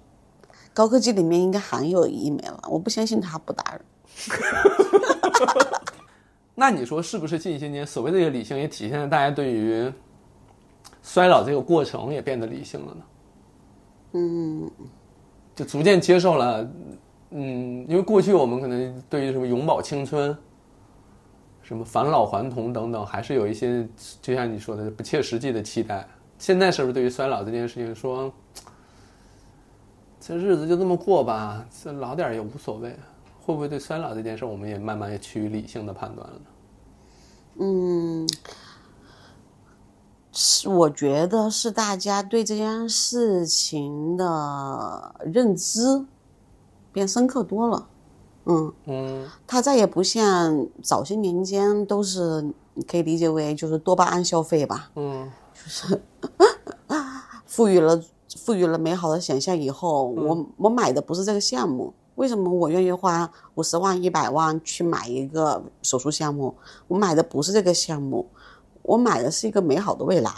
高科技里面应该含有医美了，我不相信它不打扰。
那你说是不是近些年所谓的这个理性，也体现了大家对于衰老这个过程也变得理性了呢？嗯，就逐渐接受了。嗯，因为过去我们可能对于什么永葆青春、什么返老还童等等，还是有一些就像你说的不切实际的期待。现在是不是对于衰老这件事情说，这日子就这么过吧，这老点儿也无所谓？会不会对衰老这件事，我们也慢慢也趋于理性的判断了呢？
是我觉得是大家对这件事情的认知变深刻多了。嗯，
嗯
它再也不像早些年间都是你可以理解为就是多巴胺消费吧，
嗯
(laughs) 赋予了赋予了美好的想象以后，
嗯
我我买的不是这个项目，为什么我愿意花五十万一百万去买一个手术项目？我买的不是这个项目，我买的是一个美好的未来。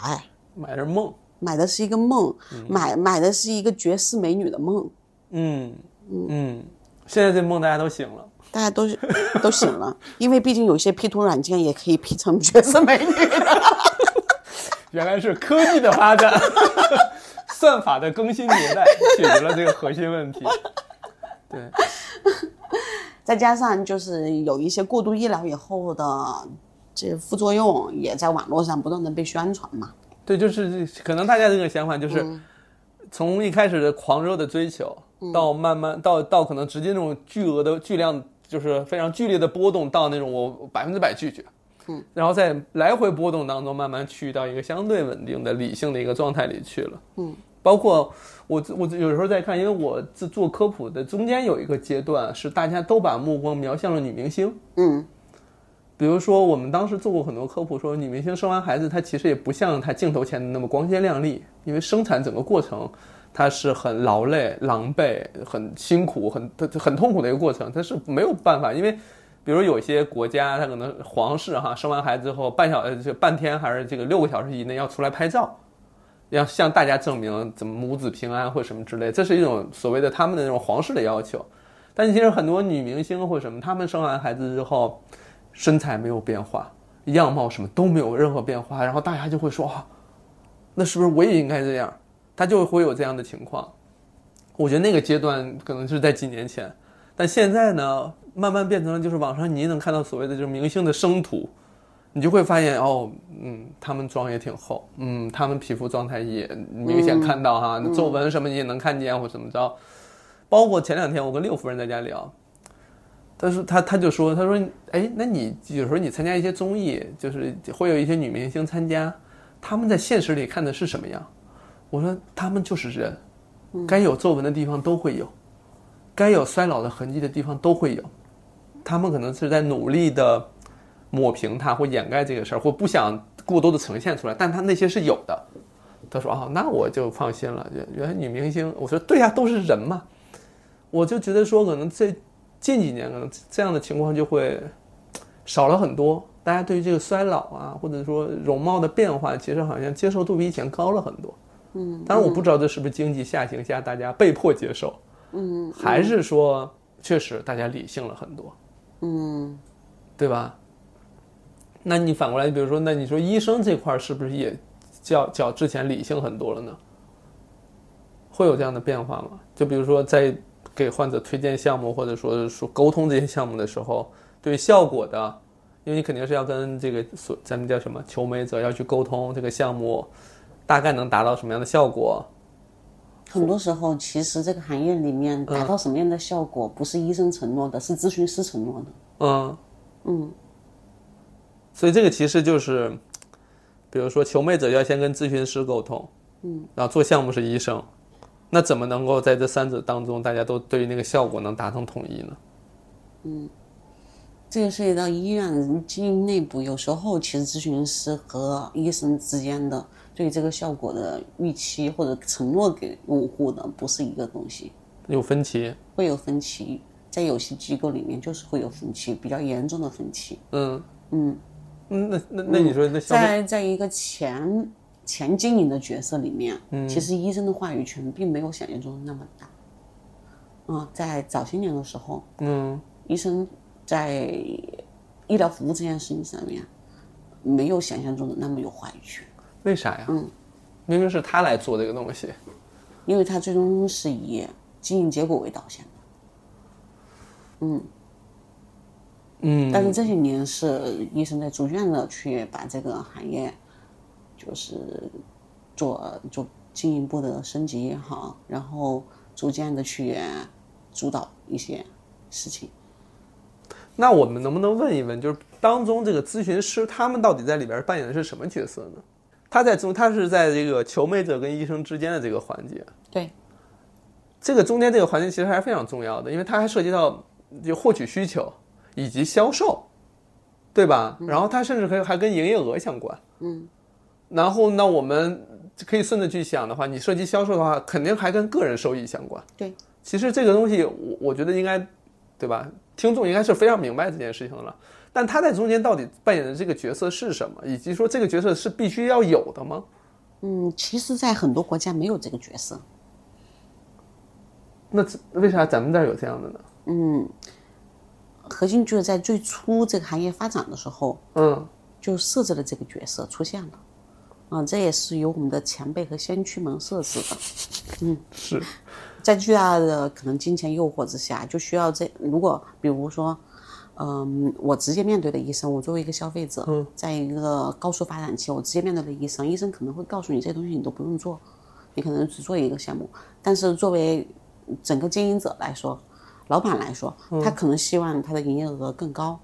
买点梦。
买的是一个梦，买买的是一个绝世美女的梦。
嗯嗯，现在这梦大家都醒了。
大家都都醒了，因为毕竟有些 P 图软件也可以 P 成绝世美女的。 (laughs)
原来是科技的发展， (laughs) 算法的更新迭代解决了这个核心问题。对，
再加上就是有一些过度医疗以后的这副作用，也在网络上不断的被宣传嘛。
对，就是可能大家这个想法就是，从一开始的狂热的追求，到慢慢到到可能直接那种巨额的巨量，就是非常剧烈的波动，到那种我百分之百拒绝。嗯，然后在来回波动当中，慢慢去到一个相对稳定的、理性的一个状态里去了。嗯，包括我我有时候在看，因为我自做科普的中间有一个阶段是大家都把目光瞄向了女明星。
嗯
比如说，我们当时做过很多科普，说女明星生完孩子，她其实也不像她镜头前的那么光鲜亮丽，因为生产整个过程，她是很劳累、狼狈、很辛苦、很很痛苦的一个过程，她是没有办法，因为。比如有些国家，她可能皇室哈，生完孩子之后半小呃就半天还是这个六个小时以内要出来拍照，要向大家证明怎么母子平安或什么之类，这是一种所谓的他们的那种皇室的要求。但其实很多女明星或什么，她们生完孩子之后，身材没有变化，样貌什么都没有任何变化，然后大家就会说啊，那是不是我也应该这样？他就会有这样的情况。我觉得那个阶段可能是在几年前，但现在呢，慢慢变成了就是网上你能看到所谓的就是明星的生图，你就会发现哦，嗯，他们妆也挺厚，嗯，他们皮肤状态也明显看到哈，那皱纹什么你也能看见或怎么着。包括前两天我跟六夫人在家聊，他说他他就说他说哎，那你有时候你参加一些综艺，就是会有一些女明星参加，她们在现实里看的是什么样？我说她们就是人，该有皱纹的地方都会有，该有衰老的痕迹的地方都会有，她们可能是在努力的抹平它或掩盖这个事儿，或不想过多的呈现出来，但她那些是有的。他说啊，那我就放心了。原原来女明星，我说对呀、都是人嘛。我就觉得说，可能这近几年可能这样的情况就会少了很多。大家对于这个衰老啊，或者说容貌的变化，其实好像接受度比以前高了很多。嗯，当然我不知道这是不是经济下行下大家被迫接受，嗯，还是说确实大家理性了很多，
嗯，
对吧？那你反过来，比如说，那你说医生这块儿是不是也较较之前理性很多了呢？会有这样的变化吗？就比如说在给患者推荐项目，或者说说沟通这些项目的时候，对于效果的，因为你肯定是要跟这个所咱们叫什么求美者要去沟通这个项目大概能达到什么样的效果，
很多时候其实这个行业里面达到什么样的效果，不是医生承诺的，是咨询师承诺的。
嗯，
嗯，
所以这个其实就是，比如说求美者要先跟咨询师沟通，嗯，然后做项目是医生，那怎么能够在这三者当中，大家都对于那个效果能达成统一呢？
这个涉及到医院经营内部，有时候其实咨询师和医生之间的对这个效果的预期或者承诺给用户的不是一个东西，
有分歧，
会有分歧。在有些机构里面，就是会有分歧，比较严重的分歧。
嗯嗯，那那那你说那消费
在在一个前前经营的角色里面，其实医生的话语权并没有想象中那么大。啊、在早些年的时候，
嗯
医生在医疗服务这件事情上面，没有想象中的那么有话语权，
为啥呀？嗯，明明是他来做这个东西，
因为它最终是以经营结果为导向的。
嗯，
但是这些年是医生在逐渐的去把这个行业，就是做做进一步的升级也好，然后逐渐的去主导一些事情。
那我们能不能问一问，就是当中这个咨询师他们到底在里边扮演的是什么角色呢？他在中，他是在这个求美者跟医生之间的这个环节，
对，
这个中间这个环节其实还是非常重要的，因为它还涉及到就获取需求以及销售，对吧？然后它甚至可以还跟营业额相关。
嗯，
然后那我们可以顺着去想的话，你涉及销售的话，肯定还跟个人收益相关。
对，
其实这个东西我我觉得应该，对吧？听众应该是非常明白这件事情了。但他在中间到底扮演的这个角色是什么，以及说这个角色是必须要有的吗？
嗯，其实，在很多国家没有这个角色。
那这为啥咱们这儿有这样的呢？
核心就是在最初这个行业发展的时候，
嗯，
就设置了这个角色出现了。啊、这也是由我们的前辈和先驱们设置的。嗯
是，
在巨大的可能金钱诱惑之下，就需要这如果比如说，嗯，我直接面对的医生，我作为一个消费者，在一个高速发展期，我直接面对的医生，医生可能会告诉你这些东西你都不用做，你可能只做一个项目。但是作为整个经营者来说，老板来说，他可能希望他的营业额更高。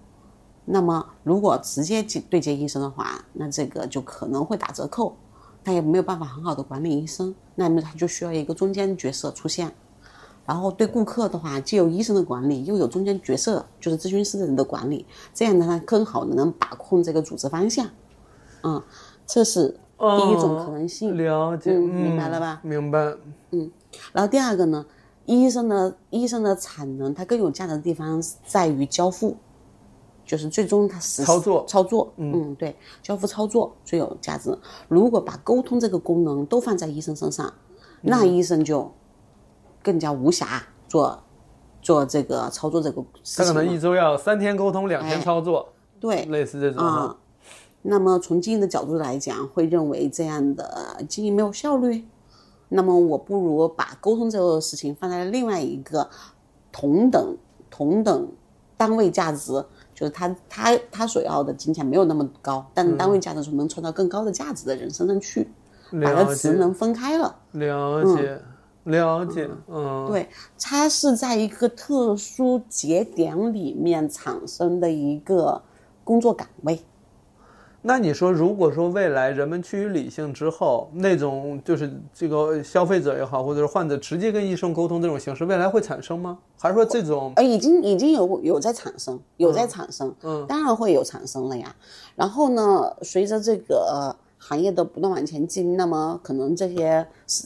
那么，如果直接接对接医生的话，那这个就可能会打折扣，他也没有办法很好的管理医生，那么他就需要一个中间角色出现。然后对顾客的话，既有医生的管理，又有中间角色，就是咨询师的人的管理，这样呢，他更好的能把控这个组织方向。嗯，这是第一
嗯
种可能性。
了解，
嗯明白了吧
明白。
然后第二个呢，医生的医生的产能，它更有价值的地方在于交付，就是最终它实
操作
操作，嗯对，交付操作最有价值。如果把沟通这个功能都放在医生身上，那
嗯
医生就更加无暇做做这个操作这个
他
事
可
情
能
了。
一周要三天沟通，两天操作，
哎对，
类似这种
啊、
哈。
那么从经营的角度来讲，会认为这样的经营没有效率。那么我不如把沟通这个事情放在另外一个同等同等单位价值，就是他他他所要的金钱没有那么高，但是单位价值中能创造更高的价值的人身上去，把
嗯了
这
解
职，能分开了。
了解，了解，嗯，
对，它是在一个特殊节点里面产生的一个工作岗位。
那你说，如果说未来人们趋于理性之后，那种就是这个消费者也好，或者是患者直接跟医生沟通这种形式，未来会产生吗？还是说这种
呃，已经已经有有在产生，有在产生，
嗯
当然会有产生了呀。然后呢，随着这个、呃行业的不断往前进，那么可能这些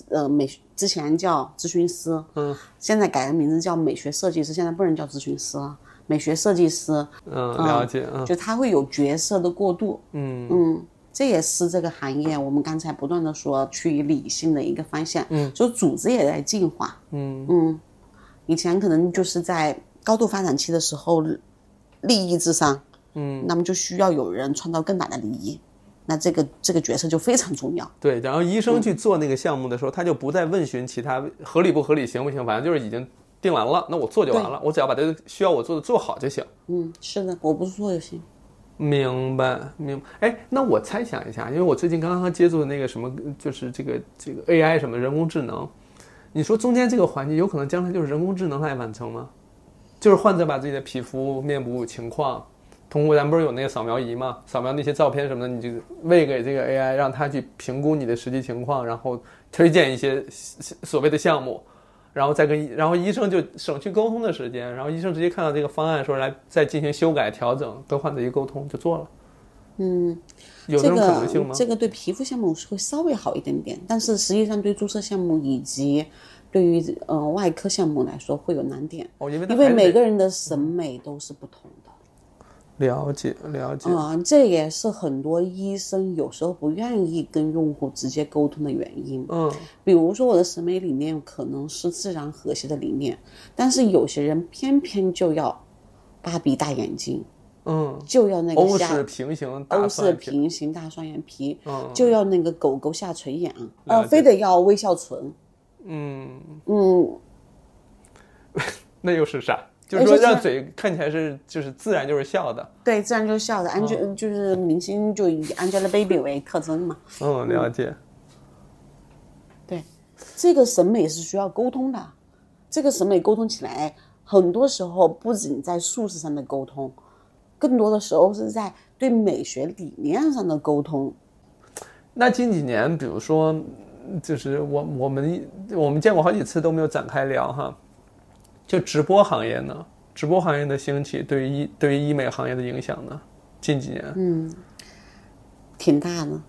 呃美之前叫咨询师，
嗯
现在改个名字叫美学设计师，现在不能叫咨询师了，美学设计师，
嗯了解嗯
就他会有角色的过渡，
嗯
嗯，这也是这个行业我们刚才不断的说趋于理性的一个方向，
嗯，
就组织也在进化，
嗯
嗯，以前可能就是在高度发展期的时候，利益至上，
嗯，
那么就需要有人创造更大的利益，那这个这个角色就非常重要。
对。然后医生去做那个项目的时候，他就不再问询其他合理不合理、行不行，反正就是已经定完了，那我做就完了，我只要把这个需要我做的做好就行。
嗯，是的，我不是说有些，
明白，明白。哎，那我猜想一下，因为我最近刚刚接触的那个什么，就是这个这个 AI 什么人工智能，你说中间这个环节有可能将来就是人工智能来完成吗？就是患者把自己的皮肤、面部情况，通过咱们不是有那个扫描仪吗？扫描那些照片什么的，你就喂给这个 AI，让它去评估你的实际情况，然后推荐一些所谓的项目，然后再跟医然后医生就省去沟通的时间，然后医生直接看到这个方案，说来再进行修改调整，跟患者一沟通就做了。嗯，有这
这
种可能性吗
个？这个对皮肤项目是会稍微好一点点，但是实际上对注射项目以及对于呃外科项目来说会有难点，
哦，因为
因为每
个
个人的
嗯
审美都是不同的。
了解了解，
啊、这也是很多医生有时候不愿意跟用户直接沟通的原因。
嗯
比如说我的审美理念可能是自然和谐的理念，但是有些人偏偏就要芭比大眼睛，
嗯，
就要那
欧
个下
式平行大
欧
蒜
式
片
平行大双眼皮，
嗯
就要那个狗狗下垂眼，
了
呃，
解
非得要微笑唇，
嗯，
嗯，
那又是啥？就
哎
是说
这是
让嘴看起来是就是自然就是笑的。
对，自然就笑的。安全就是明星就以 Angelababy 为特征嘛，
嗯，了解。
对，这个审美是需要沟通的，这个审美沟通起来，很多时候不仅在术式上的沟通，更多的时候是在对美学理念上的沟通。
那近几年，比如说，嗯就是我我们我们见过好几次都没有展开聊哈，就直播行业呢，直播行业的兴起对于医对于医美行业的影响呢，近几年、
嗯挺大的。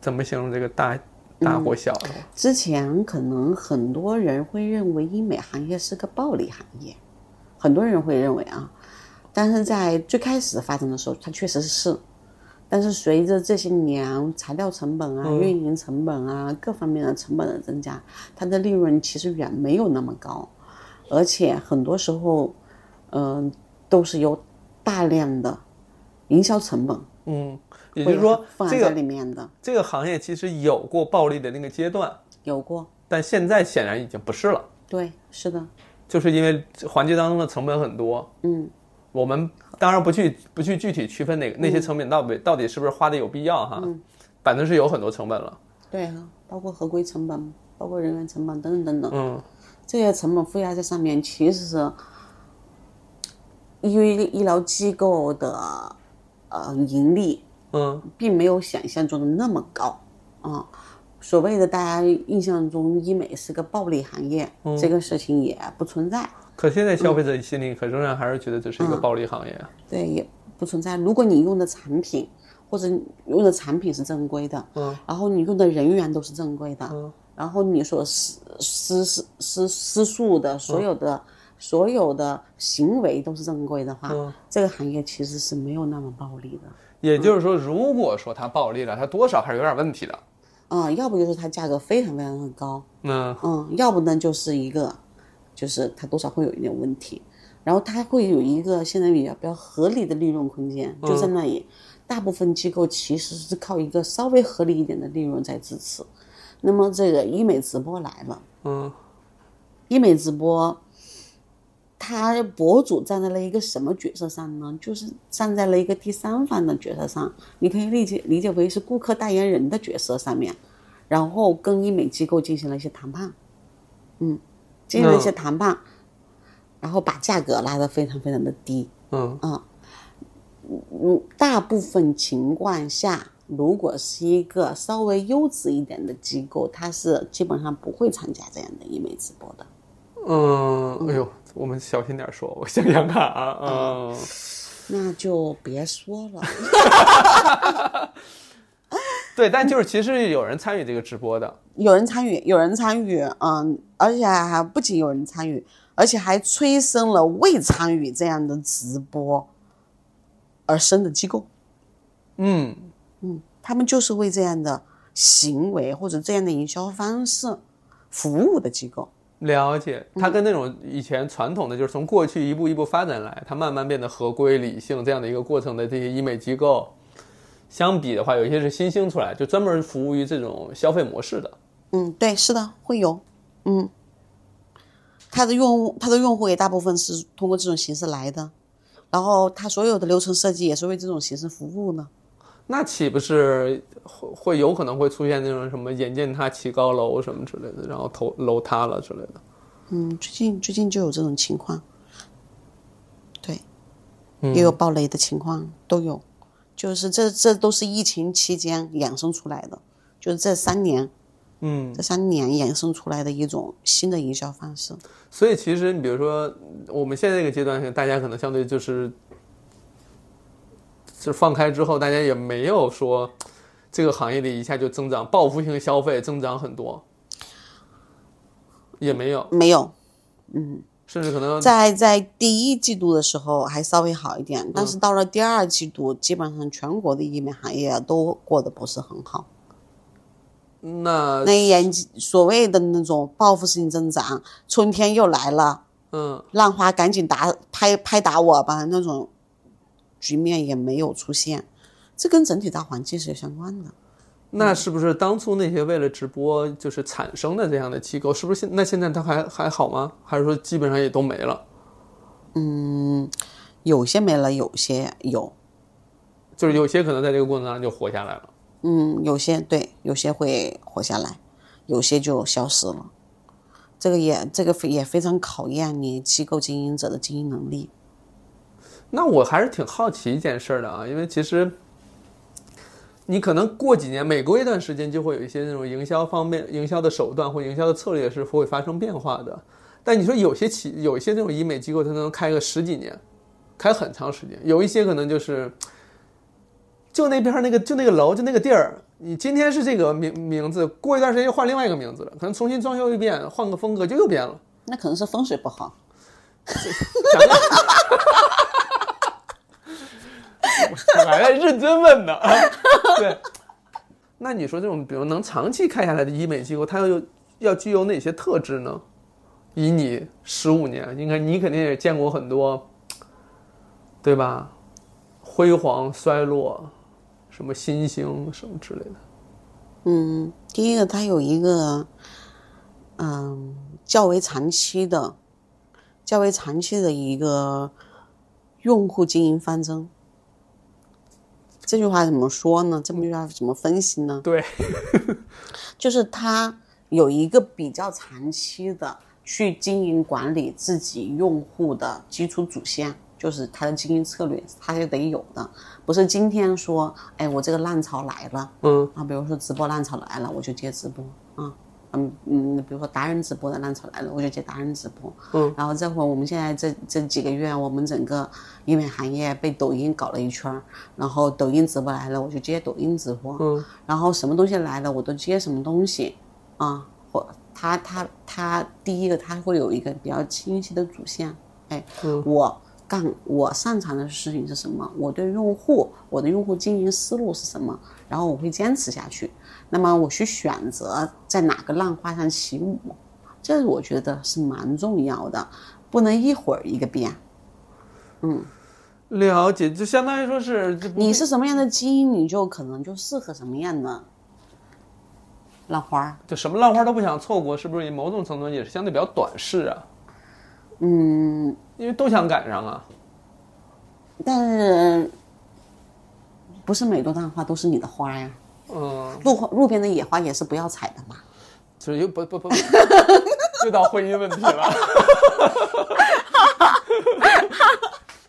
怎么形容这个大大
嗯
或小呢？
之前可能很多人会认为医美行业是个暴利行业，很多人会认为啊，但是在最开始发展的时候，它确实是。但是随着这些年材料成本
嗯
啊、运营成本啊各方面的成本的增加，它的利润其实远没有那么高，而且很多时候，嗯、都是有大量的营销成本
嗯，也就
会
是说，
放
这
在
个
里面的，
这个行业其实有过暴利的那个阶段，
有过，
但现在显然已经不是了，
对，是的，
就是因为环节当中的成本很多。
嗯，
我们当然不去不去具体区分哪个那些成本到底到底是不是花的有必要哈，反正是有很多成本了。
对啊，包括合规成本，包括人员成本等等等等，
嗯
这些成本附加在上面，其实是医医疗机构的呃盈利
嗯
并没有想象中的那么高啊、所谓的大家印象中医美是个暴利行业，这个事情也不存在，
可现在消费者心里可仍然还是觉得这是一个暴利行业啊。
对，也不存在。如果你用的产品或者你用的产品是正规的，
嗯，
然后你用的人员都是正规的，
嗯，
然后你所施施施施施术的所有的、
嗯
所有的行为都是正规的话，
嗯
这个行业其实是没有那么暴利的。
也就是说，如果说它暴利了，它多少还是有点问题的。
嗯，要不就是它价格非常非常的高，
嗯
嗯，要不呢就是一个，就是它多少会有一点问题，然后它会有一个现在比较比较合理的利润空间，
嗯
就在那里。大部分机构其实是靠一个稍微合理一点的利润在支持。那么这个医美直播来了，
嗯
医美直播，他博主站在了一个什么角色上呢？就是站在了一个第三方的角色上，你可以理解理解为是顾客代言人的角色上面，然后跟医美机构进行了一些谈判，嗯，进行了一些谈判，然后把价格拉得非常非常的低，
嗯
嗯，大部分情况下，如果是一个稍微优质一点的机构，它是基本上不会参加这样的医美直播的。
嗯，哎呦，我们小心点说，我想想看啊，嗯，
那就别说了。
对，但就是其实有人参与这个直播的，
有人参与，有人参与，嗯，而且还不仅有人参与，而且还催生了未参与这样的直播而生的机构。
嗯，
他们就是为这样的行为或者这样的营销方式服务的机构。
了解，它跟那种以前传统的，就是从过去一步一步发展来，它慢慢变得合规理性这样的一个过程的这些医美机构，相比的话，有一些是新兴出来，就专门服务于这种消费模式的。
嗯，对，是的，会有，嗯，它的用户，它的用户也大部分是通过这种形式来的，然后它所有的流程设计也是为这种形式服务呢。
那岂不是会会有可能会出现那种什么眼见他骑高楼什么之类的，然后头楼塌了之类的？
嗯，最近最近就有这种情况，对，也有暴雷的情况，都有，就是这这都是疫情期间衍生出来的，就是这三年
嗯，
这三年衍生出来的一种新的营销方式。
所以其实你比如说我们现在这个阶段，大家可能相对就是就是放开之后，大家也没有说这个行业里一下就增长报复性消费增长很多，也没有，
没有，
甚至可能
在在第一季度的时候还稍微好一点，但是到了第二季度，基本上全国的医美行业啊都过得不是很好。
那
那研所谓的那种报复性增长，春天又来了。
嗯
浪花赶紧打拍拍打我吧那种局面也没有出现，这跟整体大环境是有相关的。
那是不是当初那些为了直播就是产生的这样的机构，是不是现那现在它还还好吗？还是说基本上也都没了？
有些没了，有些有，
就是有些可能在这个过程当中就活下来了。
嗯，有些对，有些会活下来，有些就消失了。这个也这个非也非常考验你机构经营者的经营能力。
那我还是挺好奇一件事儿的啊，因为其实你可能过几年，每过一段时间就会有一些那种营销方面、营销的手段或营销的策略是会发生变化的。但你说有些企、有一些那种医美机构，它能开个十几年，开很长时间；有一些可能就是就那边儿那个就那个楼就那个地儿，你今天是这个名名字，过一段时间又换另外一个名字了，可能重新装修一遍，换个风格就又变了。
那可能是风水不好，
咱们我 (laughs) 还在认真问呢。对，那你说这种比如能长期开下来的医美机构，它要有要具有哪些特质呢？以你十五年，应该你肯定也见过很多，对吧？辉煌衰落，什么新兴什么之类的。
嗯，第一个它有一个，嗯，较为长期的，较为长期的一个用户经营方针。这句话怎么说呢？这么句话怎么分析呢？
对，
就是它有一个比较长期的去经营管理自己用户的基础主线，就是它的经营策略，它是得有的，不是今天说，哎，我这个浪潮来了。
嗯，
啊，比如说直播浪潮来了，我就接直播啊，嗯嗯，比如说达人直播的浪潮来了，我就接达人直播，
嗯，
然后这会儿我们现在这这几个月，我们整个医美行业被抖音搞了一圈儿，然后抖音直播来了，我就接抖音直播，
嗯，
然后什么东西来了，我都接什么东西，啊，或他他他第一个他会有一个比较清晰的主线，哎，
嗯
我。干我擅长的事情是什么？我对用户，我的用户经营思路是什么？然后我会坚持下去。那么我去选择在哪个浪花上起舞，这我觉得是蛮重要的，不能一会儿一个变。
了解，就相当于说是这不
你是什么样的基因，你就可能就适合什么样的浪花儿。
就什么浪花都不想错过，是不是？某种程度也是相对比较短视啊。嗯，因为都想赶上啊。
但是不是每朵浪花都是你的花呀？
嗯，
路花路边的野花也是不要采的嘛。
就是又不不不， (laughs) 又到婚姻问题了。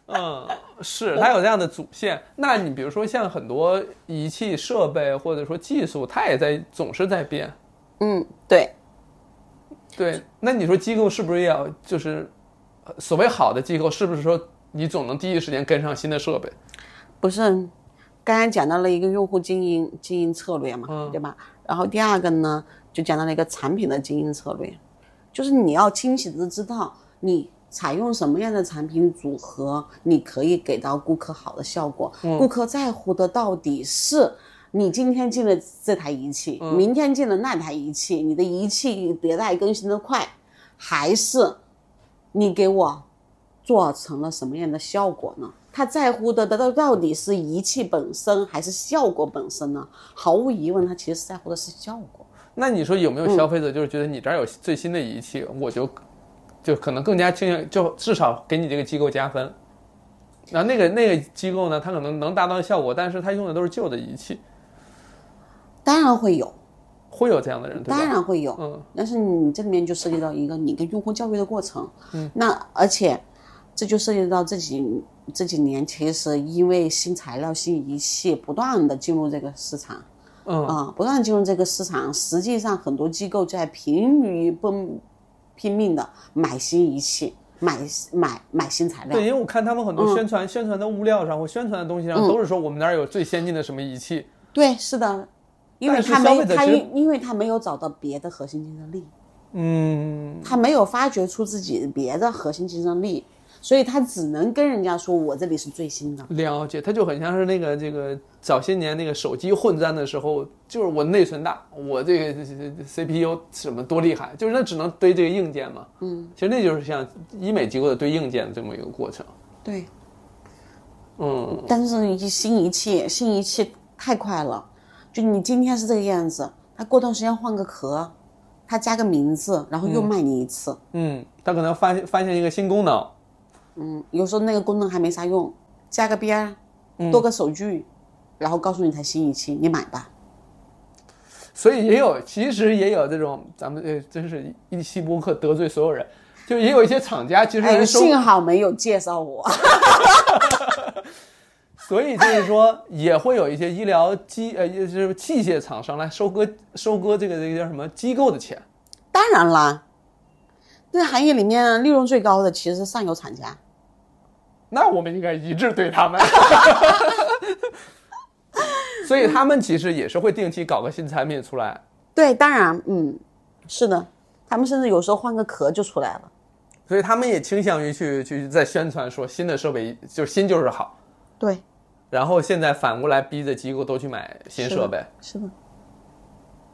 嗯， (laughs) 是，它有这样的主线。那你比如说像很多仪器设备或者说技术，它也在总是在变。
嗯，对。
对，那你说机构是不是也要就是，呃所谓好的机构，是不是说你总能第一时间跟上新的设备？
不是，刚才讲到了一个用户经营经营策略嘛，对吧？然后第二个呢，就讲到了一个产品的经营策略，就是你要清晰的知道你采用什么样的产品组合，你可以给到顾客好的效果。顾客在乎的到底是。你今天进了这台仪器，明天进了那台仪器，你的仪器迭代更新的快，还是你给我做成了什么样的效果呢？他在乎的到到底是仪器本身还是效果本身呢？毫无疑问，他其实在乎的是效果。
那你说有没有消费者就是觉得你这儿有最新的仪器，我就就可能更加倾向，就至少给你这个机构加分。然后那个那个机构呢，它可能能达到的效果，但是它用的都是旧的仪器，
当然会有，
会有这样的人，对
当
吧？
然会有。
嗯
但是你这里面就涉及到一个你跟用户教育的过程。嗯，那而且这就涉及到这几这几年，其实因为新材料、新仪器不断的进入这个市场，
嗯
啊、不断进入这个市场，实际上很多机构在疲于奔拼命的买新仪器，买买买新材料
对，。因为我看他们很
嗯
多宣传、宣传的物料上或宣传的东西上，都是说我们那儿有最先进的什么仪器，
对，是的，因为
但是消
他没
费者
他
其实
因因为他没有找到别的核心竞争力，
嗯，
他没有发掘出自己别的核心竞争力，所以他只能跟人家说我这里是最新的。
了解，它就很像是那个这个早些年那个手机混战的时候，就是我内存大，我这个这这这 CPU 什么多厉害，就是那只能堆这个硬件嘛。嗯，其实那就是像医美机构的堆硬件这么一个过程。
对，
嗯，
但是一新一气，新一气太快了，就你今天是这个样子，他过段时间换个壳，他加个名字，然后又卖你一次。
嗯，他可能发现发现一个新功能，
嗯，有时候那个功能还没啥用，加个边儿，多个手续，然后告诉你它新一期，你买吧。
所以也有，其实也有这种，咱们呃，真是一期播客得罪所有人，就也有一些厂家其实
哎，
人收，
幸好没有介绍我。 (laughs)
所以就是说也会有一些医疗机呃，也就是器械厂商来收割收割这个这个叫什么机构的钱，
当然啦，这个行业里面利润最高的其实是上游厂家。
那我们应该一致对他们。 (laughs) 所以他们其实也是会定期搞个新产品出来，
对，当然，嗯，是的，他们甚至有时候换个壳就出来了。
所以他们也倾向于去去在宣传说新的设备就新就是好，
对，
然后现在反过来逼着机构都去买新设备。
是的，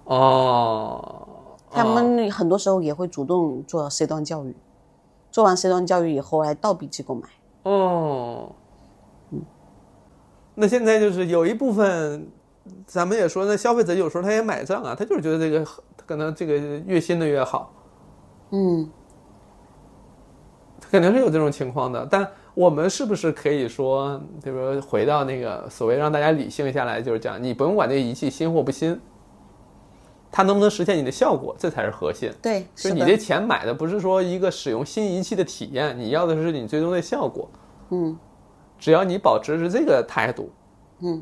哦，
他们很多时候也会主动做 C 端教育，做完 C 端教育以后来倒逼机构买。
哦，那现在就是有一部分，咱们也说，那消费者有时候他也买账啊，他就是觉得这个可能这个越新的越好，
嗯，
肯定是有这种情况的。但我们是不是可以说，比如说回到那个所谓让大家理性下来，就是讲你不用管这个仪器新或不新，它能不能实现你的效果，这才是核心。
对，
就是是你
的，
这钱买的不是说一个使用新仪器的体验，你要的是你最终的效果。
嗯
只要你保持是这个态度，
嗯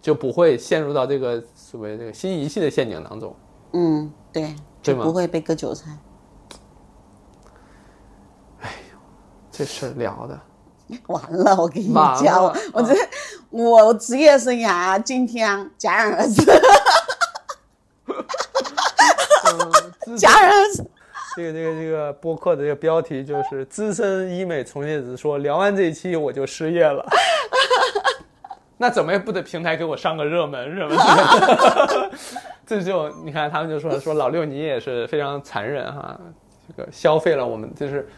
就不会陷入到这个所谓这个新仪器的陷阱当中。
嗯，对，
对
就
吗
不会被割韭菜。 (laughs)
这事儿聊的，
完了，我跟你
完
讲，
了啊
我我这、我职业生涯今天戛然
(laughs)
而止，
呃资
戛然而止。
这个这个这个播客的这个标题就是“资深医美从业者说聊完这一期我就失业了”， (laughs) 那怎么也不得平台给我上个热门热门。 (laughs) 这就你看，他们就说说老六你也是非常残忍哈，这个消费了我们就是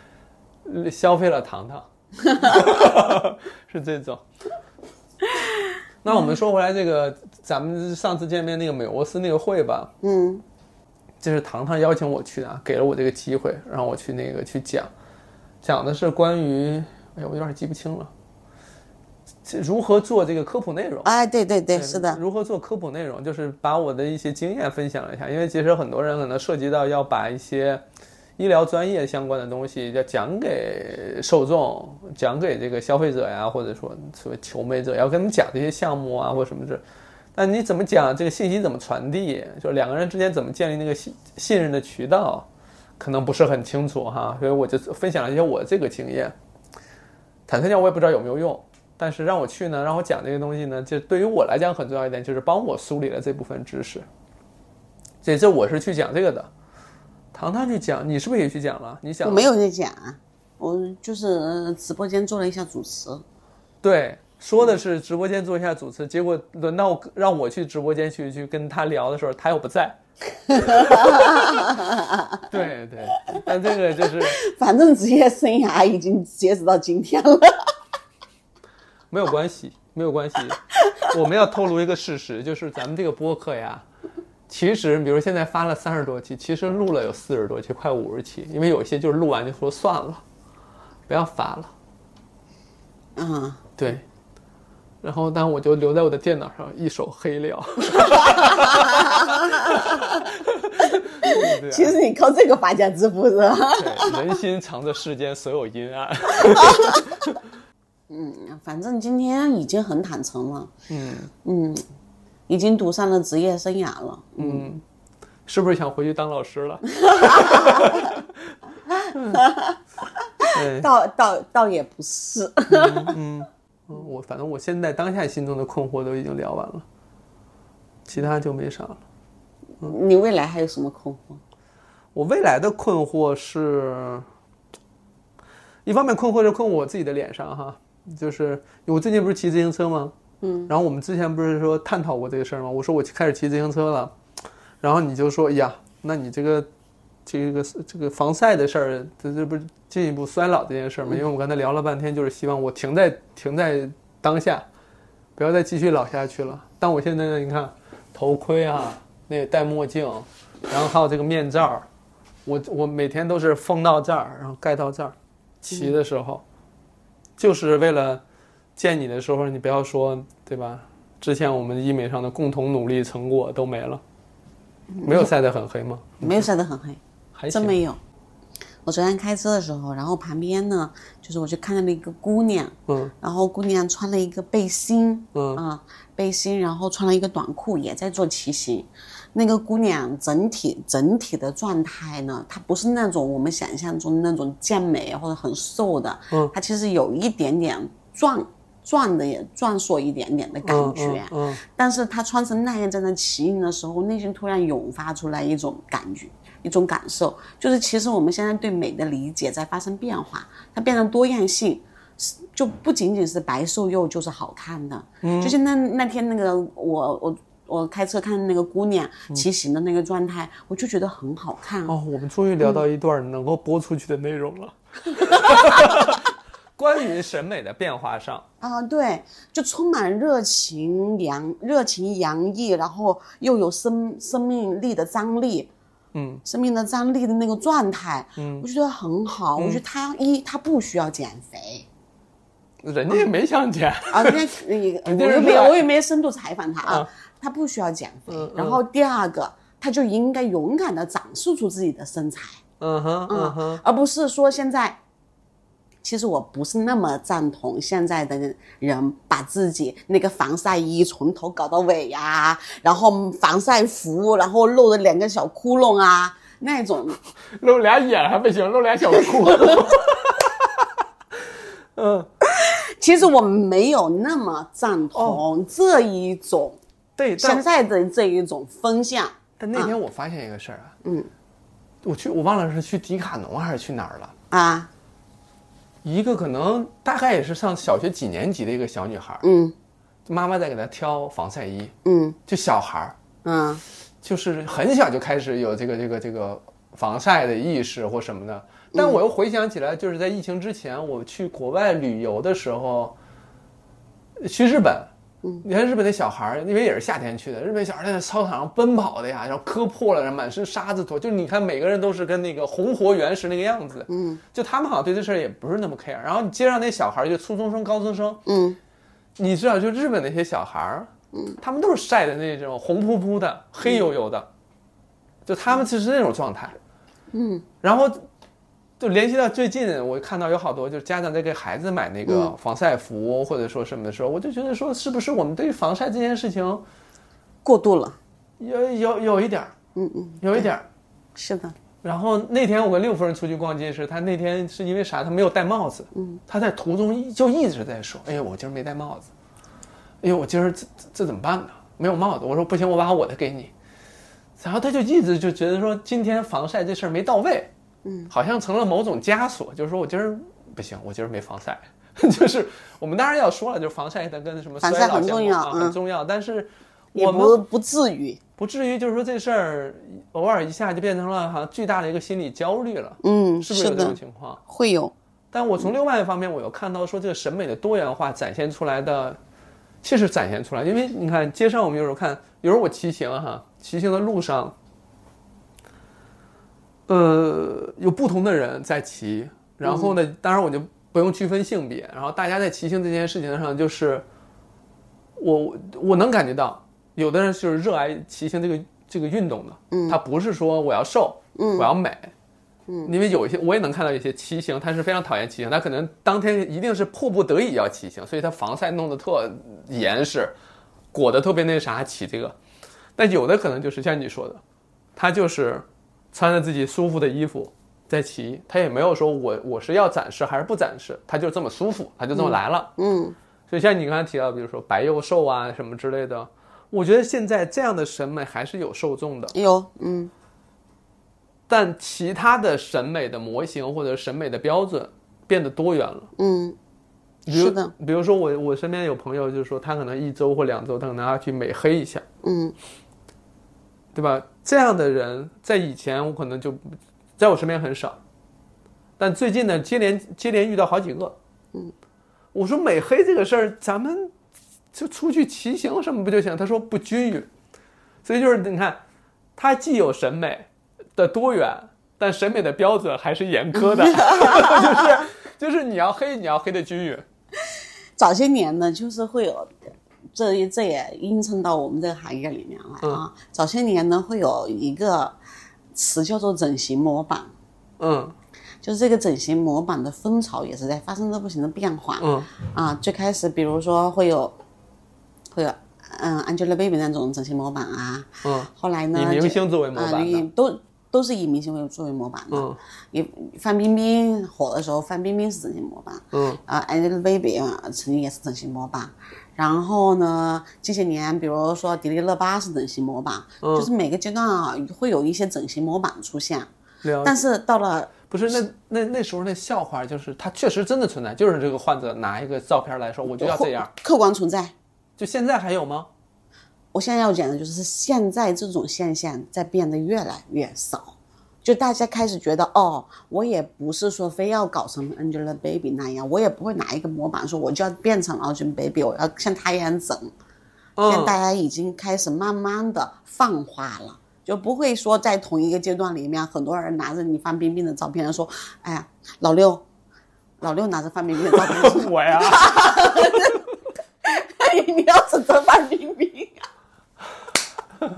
呃消费了糖糖， (laughs) 是这种。那我们说回来，这个咱们上次见面那个美俄斯那个会吧，
嗯
这是糖糖邀请我去的啊，给了我这个机会，让我去那个去讲，讲的是关于，哎呀，我有点记不清了，这如何做这个科普内容。
哎，对对对，是的，
如何做科普内容，就是把我的一些经验分享了一下，因为其实很多人可能涉及到要把一些医疗专业相关的东西要讲给受众，讲给这个消费者呀，或者说所谓求美者，要跟他们讲这些项目啊或什么这。但你怎么讲这个信息怎么传递，就两个人之间怎么建立那个信信任的渠道，可能不是很清楚哈，所以我就分享了一些我这个经验。坦率讲，我也不知道有没有用，但是让我去呢，让我讲这个东西呢，就对于我来讲很重要一点，就是帮我梳理了这部分知识。这这我是去讲这个的，糖糖去讲，你是不是也去讲了？你
我
讲
没有在讲啊，我就是直播间做了一下主持。
对，说的是直播间做一下主持，结果轮到我让我去直播间去去跟他聊的时候，他又不在。 (laughs) 对对，但这个就是
反正职业生涯已经截止到今天了。
没有关系，没有关系。我们要透露一个事实，就是咱们这个播客呀，其实比如现在发了三十多期，其实录了有四十多期，快五十期，因为有些就是录完就说算了，不要发了。
嗯，
对，然后但我就留在我的电脑上一手黑料。 (laughs) 对啊
其实你靠这个发家致富是吧？
对，人心藏着世间所有阴暗。
嗯， (laughs) 反正今天已经很坦诚了，
嗯
嗯，已经读上了职业生涯了。
嗯，是不是想回去当老师了？ (laughs) 对，
倒倒倒也不是，
嗯我反正我现在当下心中的困惑都已经聊完了，其他就没啥了。
嗯你未来还有什么困惑？
我未来的困惑是，一方面困惑是困惑我自己的脸上哈，就是我最近不是骑自行车吗？嗯，然后我们之前不是说探讨过这个事儿吗？我说我开始骑自行车了，然后你就说，哎呀，那你这个这个这个防晒的事儿，这这不是进一步衰老这件事儿吗？因为我们刚才聊了半天，就是希望我停在停在当下，不要再继续老下去了。但我现在呢，你看头盔啊，那个戴墨镜，然后还有这个面罩儿，我我每天都是封到这儿，然后盖到这儿，骑的时候，就是为了见你的时候，你不要说对吧？之前我们医美上的共同努力成果都没了，没有晒得很黑吗？
没有晒得很黑。
嗯还
真
行
没有。我昨天开车的时候，然后旁边呢，就是我就看到了一个姑娘，
嗯
然后姑娘穿了一个背心，
嗯
啊、背心，然后穿了一个短裤，也在做骑行。那个姑娘整体整体的状态呢，她不是那种我们想象中那种健美或者很瘦的，
嗯
她其实有一点点壮壮的也壮硕一点点的感
嗯
觉，
嗯嗯，
但是他穿成那样在那骑行的时候，内心突然涌发出来一种感觉，一种感受，就是其实我们现在对美的理解在发生变化，它变得多样性，是就不仅仅是白瘦幼就是好看的，嗯，就像那那天那个我我。我开车看那个姑娘骑行的那个状态，我就觉得很好看。
哦，我们终于聊到一段能够播出去的内容了。关于审美的变化上，
啊，对，就充满热情洋热情洋溢，然后又有生生命力的张力，
嗯，
生命的张力的那个状态，嗯，我觉得很好。
嗯
我觉得他一他不需要减
(laughs)
肥
人家也没想减，
啊，那
(laughs)
你
人家
我
是
又没有
热爱
我也没深度采访他
啊
啊，他不需要减肥
嗯。
然后第二个，他就应该勇敢的展示出自己的身材。啊
嗯哼嗯哼，
而不是说现在，其实我不是那么赞同现在的人把自己那个防晒衣从头搞到尾呀、然后防晒服，然后露着两个小窟窿啊那种，
露俩眼还不行，露俩小裤。 (laughs) 嗯，
其实我没有那么赞同这一种、
对，哦
现
但
在的这一种风向。
但那天我发现一个事儿啊，
嗯
我去我忘了是去迪卡侬还是去哪儿了，
啊，
一个可能大概也是上小学几年级的一个小女孩儿，
嗯
妈妈在给她挑防晒衣，
嗯
就小孩儿，
嗯
就是很小就开始有这个这个这个防晒的意识或什么的。但我又回想起来，就是在疫情之前，我去国外旅游的时候，去日本，你看日本那小孩儿，因为也是夏天去的，日本小孩儿在操场上奔跑的呀，然后磕破了，然后满身沙子坨，就是你看每个人都是跟那个红活原石那个样子，
嗯
就他们好像对这事儿也不是那么 care。然后你街上那小孩儿，就初中生、高中生，
嗯
你知道，就日本那些小孩儿，他们都是晒的那种红扑扑的、黑黝黝的，就他们其实那种状态。
嗯，
然后就联系到最近，我看到有好多就是家长在给孩子买那个防晒服或者说什么的时候，我就觉得说，是不是我们对防晒这件事情
过度了，
有有有一点儿，
嗯嗯，
有一点儿。
是的，
然后那天我跟六夫人出去逛街时，她那天是因为啥？她没有戴帽子。
嗯，
她在途中一就一直在说：“哎呀，我今儿没戴帽子，哎呦，我今儿这这这怎么办呢？没有帽子。”我说：“不行，我把我的给你。”然后她就一直就觉得说，今天防晒这事儿没到位，
嗯，
好像成了某种枷锁，就是说我今儿不行，我今儿没防晒。 (laughs) 就是我们当然要说了，就是防晒它跟什么
防晒
衰老
很
相关
重要
啊
嗯
很重要。但是
也
我们
不不至于，
不至于就是说这事儿偶尔一下就变成了好像巨大的一个心理焦虑了，
嗯，
是不是有这种
的，
情况？
会有，
但我从另外一方面，我有看到说这个审美的多元化展现出来的，确实展现出来。因为你看街上我们有时候看，有时候我骑行啊哈，骑行的路上，呃，有不同的人在骑，然后呢，当然我就不用区分性别，然后大家在骑行这件事情上，就是我我能感觉到，有的人就是热爱骑行这个这个运动的，嗯，他不是说我要瘦，嗯，我要美，因为有一些我也能看到一些骑行，他是非常讨厌骑行，他可能当天一定是迫不得已要骑行，所以他防晒弄得特严实，裹得特别那啥骑这个。但有的可能就是像你说的，他就是穿着自己舒服的衣服在骑，他也没有说我我是要展示还是不展示，他就这么舒服，他就这么来了。
嗯
所以像你刚才提到，比如说白幼瘦啊什么之类的，我觉得现在这样的审美还是有受众的。
有，嗯
但其他的审美的模型或者审美的标准变得多元了。
嗯，
比如
是的，
比如说我我身边有朋友就是说，他可能一周或两周，他可能要去美黑一下，
嗯
对吧？这样的人在以前我可能就在我身边很少。但最近呢，接连接连遇到好几个。嗯，我说美黑这个事儿，咱们就出去骑行什么不就行？他说不均匀，所以就是你看，它既有审美的多元，但审美的标准还是严 (laughs) 苛的，就是就是你要黑，你要黑的均匀。
早些年呢，就是会有，这这也映衬到我们这个行业里面来
嗯
啊。早些年呢，会有一个词叫做整形模板，
嗯
就是这个整形模板的风潮也是在发生着不停的变化。
嗯
啊，最开始比如说会有，会有，嗯，Angelababy 那种整形模板啊，
嗯，
后来呢，
以明
就
星作为模
啊
板的。
以都都是以明星为作为模板的。
嗯
你范冰冰火的时候，范冰冰是整形模板，
嗯
啊、a n g e l a b a b y 曾经也是整形模板。然后呢，这些年，比如说迪丽热巴是整形模板，
嗯
就是每个阶段啊会有一些整形模板出现。
了解。
但是到了
不是那那那时候那笑话就是它确实真的存在，就是这个患者拿一个照片来说我就要这样，
客观存在，
就现在还有吗？
我现在要讲的就是现在这种现象在变得越来越少，就大家开始觉得哦，我也不是说非要搞成 Angelababy 那样，我也不会拿一个模板说我就要变成 Angelababy，我要像她一样整。现在
嗯
大家已经开始慢慢的泛化了。就不会说在同一个阶段里面，很多人拿着你范冰冰的照片说：“哎呀，老六，老六拿着范冰冰的照片说
(laughs) 我呀，
哎， (laughs) 你要指责范冰冰啊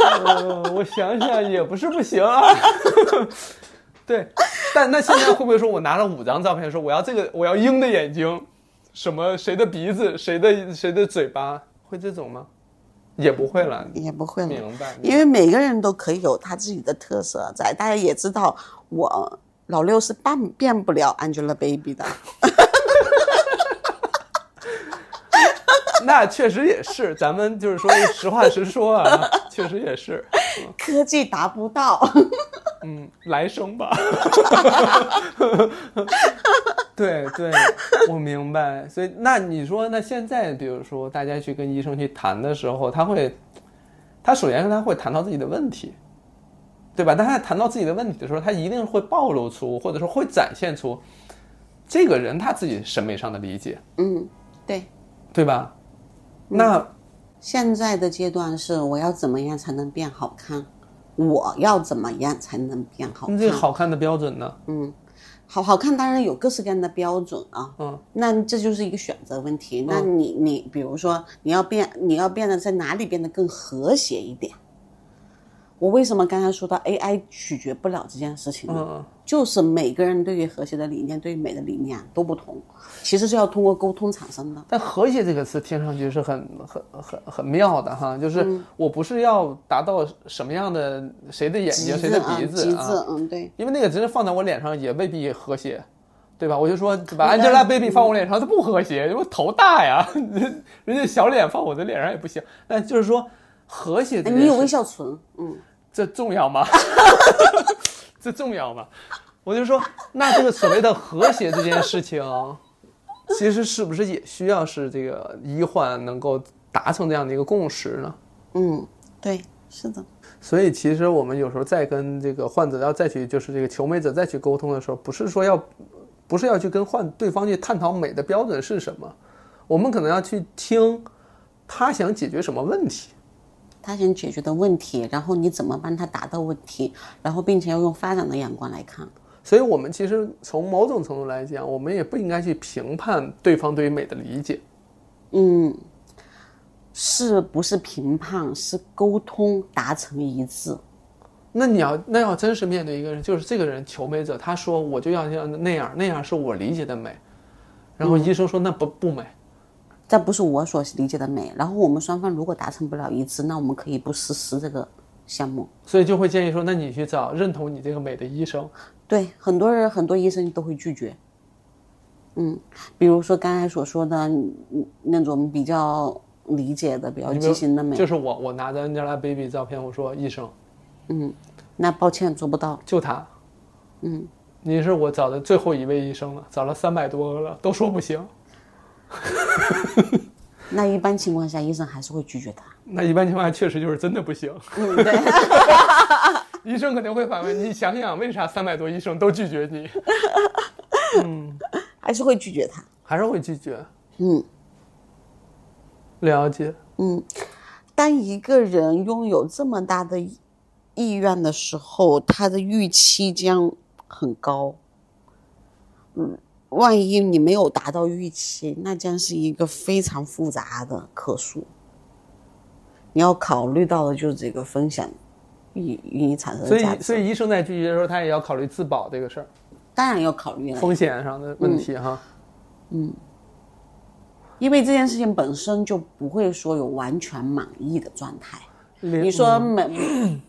呃我想想也不是不行啊。 (laughs) 对，但那现在会不会说我拿了五张照片说我要这个我要鹰的眼睛，什么谁的鼻子谁的谁的嘴巴会这种吗？也不会了，
也不会了。
明白。
因为每个人都可以有他自己的特色在，大家也知道我老六是办变不了
(laughs)
Angelababy 的，
那确实也是，咱们就是说实话实说啊，确实也是。
科技达不到。 (laughs)
嗯，来生吧。对对，我明白。所以，那你说，那现在，比如说大家去跟医生去谈的时候，他会，他首先他会谈到自己的问题，对吧？但他谈到自己的问题的时候，他一定会暴露出，或者说会展现出这个人他自己审美上的理解，
嗯，对，
对吧？那、
现在的阶段是我要怎么样才能变好看，我要怎么样才能变
那
好看
这。个好看的标准呢？
好好看当然有各式各样的标准啊，
嗯，
那这就是一个选择问题。那你你比如说你要变，你要变得在哪里变得更和谐一点？我为什么刚才说到 AI 取决不了这件事情呢？
嗯
就是每个人对于和谐的理念、对于美的理念都不同，其实是要通过沟通产生的。
但和谐这个词听上去是很很很很妙的哈，就是
嗯
我不是要达到什么样的谁的眼睛谁的鼻
极
子
致
啊，
啊，嗯，对，
因为那个真是放在我脸上也未必和谐，对吧？我就说把
应该
Angelababy 放我脸上，她不和谐，因为头大呀， (laughs) 人人家小脸放我的脸上也不行。那就是说和谐这
哎，
件
你有微
事
笑唇，嗯，
这重要吗？ (laughs) 这重要吗？我就说，那这个所谓的和谐这件事情， (laughs) 其实是不是也需要是这个医患能够达成这样的一个共识呢？
嗯，对，是的，
所以，其实我们有时候在跟这个患者要再去，就是这个求美者再去沟通的时候，不是说要，不是要去跟患对方去探讨美的标准是什么，我们可能要去听他想解决什么问题。
他想解决的问题，然后你怎么帮他达到问题，然后并且要用发展的眼光来看。
所以，我们其实从某种程度来讲，我们也不应该去评判对方对于美的理解。
嗯，是不是评判是沟通达成一致？
那你要那要真实面对一个人，就是这个人求美者，他说我就要像那样，那样是我理解的美，然后医生说那不不美，
这不是我所理解的美。然后我们双方如果达成不了一致，那我们可以不实施这个项目。
所以就会建议说，那你去找认同你这个美的医生。
对，很多人很多医生都会拒绝。嗯，比如说刚才所说的嗯那种比较理解的、比较畸形的美，
就是我我拿着 Angelababy 照片，我说医生
那抱歉做不到。
就她，
嗯，
你是我找的最后一位医生了，找了三百多个了，都说不行。
那一般情况下，医生还是会拒绝他。
那一般情况下确实就是真的不行。
嗯，对，
(laughs) 医生肯定会反问你，想想为啥三百多医生都拒绝你，
还是会拒绝他。
还是会拒绝。
嗯，
了解，
当一个人拥有这么大的意意愿的时候，他的预期将很高。嗯，万一你没有达到预期，那将是一个非常复杂的可数。你要考虑到的就是这个风险，与与你产生
所
的价
以
值。
所以医生在拒绝的时候，他也要考虑自保这个事儿，
当然要考虑了，
风险上的问
嗯
题哈。
因为这件事情本身就不会说有完全满意的状态。
你
你
嗯
说每，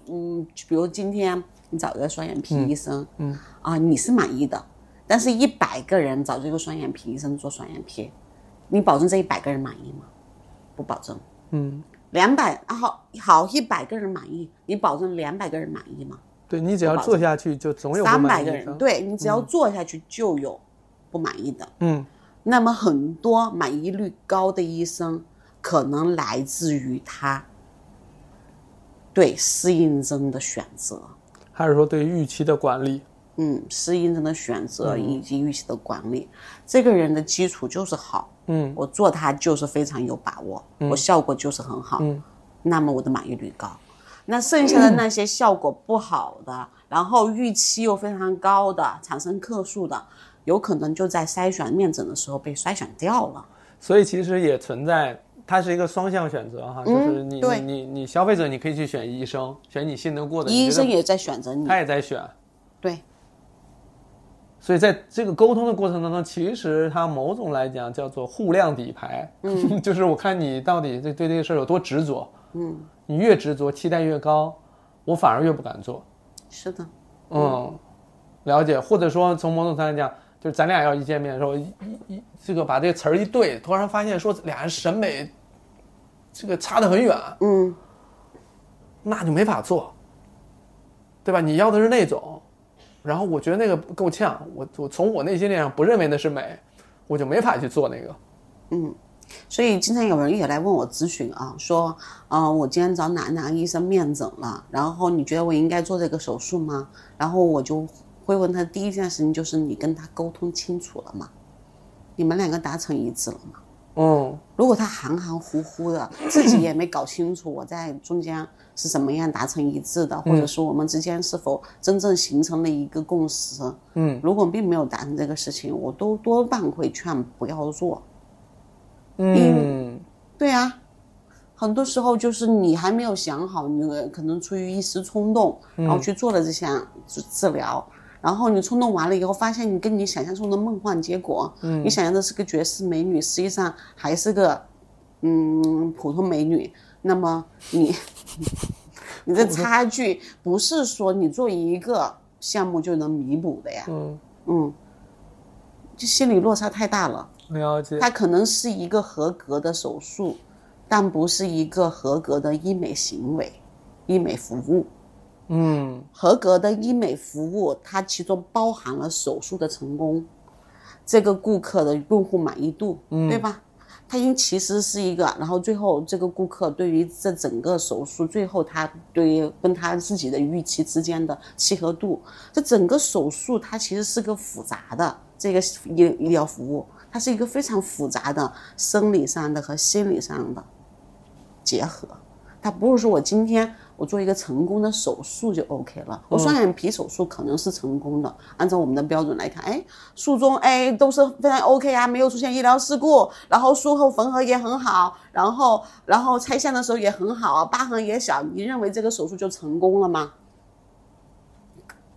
嗯，就比如今天你找一个双眼皮医生，嗯，啊，你是满意的，但是一百个人找这个双眼皮医生做双眼皮，你保证这一百个人满意吗？不保证。
嗯，
两百啊好好一百个人满意，你保证两百个人满意吗？
对你只要做下去，就总有不
三
满
百
意啊嗯
个
的
人，对你只要做下去就有不满意的。
嗯，
那么很多满意率高的医生，可能来自于他对适应症的选择，
还是说对于预期的管理，
嗯，适应症的选择
嗯
以及预期的管理，这个人的基础就是好，
嗯，
我做它就是非常有把握，我效果就是很好，嗯，那么我的满意率高。那
(clears throat)
剩下的那些效果不好的，然后预期又非常高的，产生客诉的，有可能就在筛选面诊的时候被筛选掉了。
所以其实也存在，它是一个双向选择哈，就是你
嗯对
你你你消费者你可以去选医生，选你信得哎过的
医生
你觉
也在选择你
得，他也在选，
对，
所以在这个沟通的过程当中，其实它某种来讲叫做互谅底牌，嗯， (laughs) 就是我看你到底对对这个事儿有多执着，嗯，你越执着，期待越高，我反而越不敢做，
是的，
嗯，了解，或者说从某种上来讲，就是咱俩要一见面的时候，一一一这个把这个词儿一对，突然发现说俩人审美这个差得很远，
嗯，
那就没法做，对吧？你要的是那种，然后我觉得那个够呛，我我从我内心里上不认为那是美，我就没法去做那个。
所以经常有人也来问我咨询啊，说，嗯、我今天找哪哪个医生面诊了，然后你觉得我应该做这个手术吗？然后我就会问他第一件事情就是你跟他沟通清楚了吗？你们两个达成一致了吗？
嗯，
如果他含含糊糊的，自己也没搞清楚我在中间是怎么样达成一致的，或者说我们之间是否真正形成了一个共识，
嗯，
如果并没有达成这个事情，我都多半会劝不要做。
嗯，
对啊，很多时候就是你还没有想好，你可能出于一时冲动，然后去做了这项治治疗，然后你冲动完了以后，发现你跟你想象中的梦幻结果，你想象的是个绝世美女，实际上还是个嗯普通美女，那么你 (laughs) 你的差距不是说你做一个项目就能弥补的呀，
嗯
嗯，就心理落差太大了。
嗯了解。
它可能是一个合格的手术，但不是一个合格的医美行为、医美服务。
嗯，
合格的医美服务，它其中包含了手术的成功，这个顾客的用户满意度，对吧？它因其实是一个，然后最后这个顾客对于这整个手术，最后他对于跟他自己的预期之间的契合度，这整个手术它其实是个复杂的这个医医疗服务，它是一个非常复杂的生理上的和心理上的结合。它不是说我今天我做一个成功的手术就 OK 了。我双眼皮手术可能是成功的，按照我们的标准来看，哎，术中哎都是非常 OK 啊，没有出现医疗事故，然后术后缝合也很好，然后然后拆线的时候也很好啊，疤痕也小，你认为这个手术就成功了吗？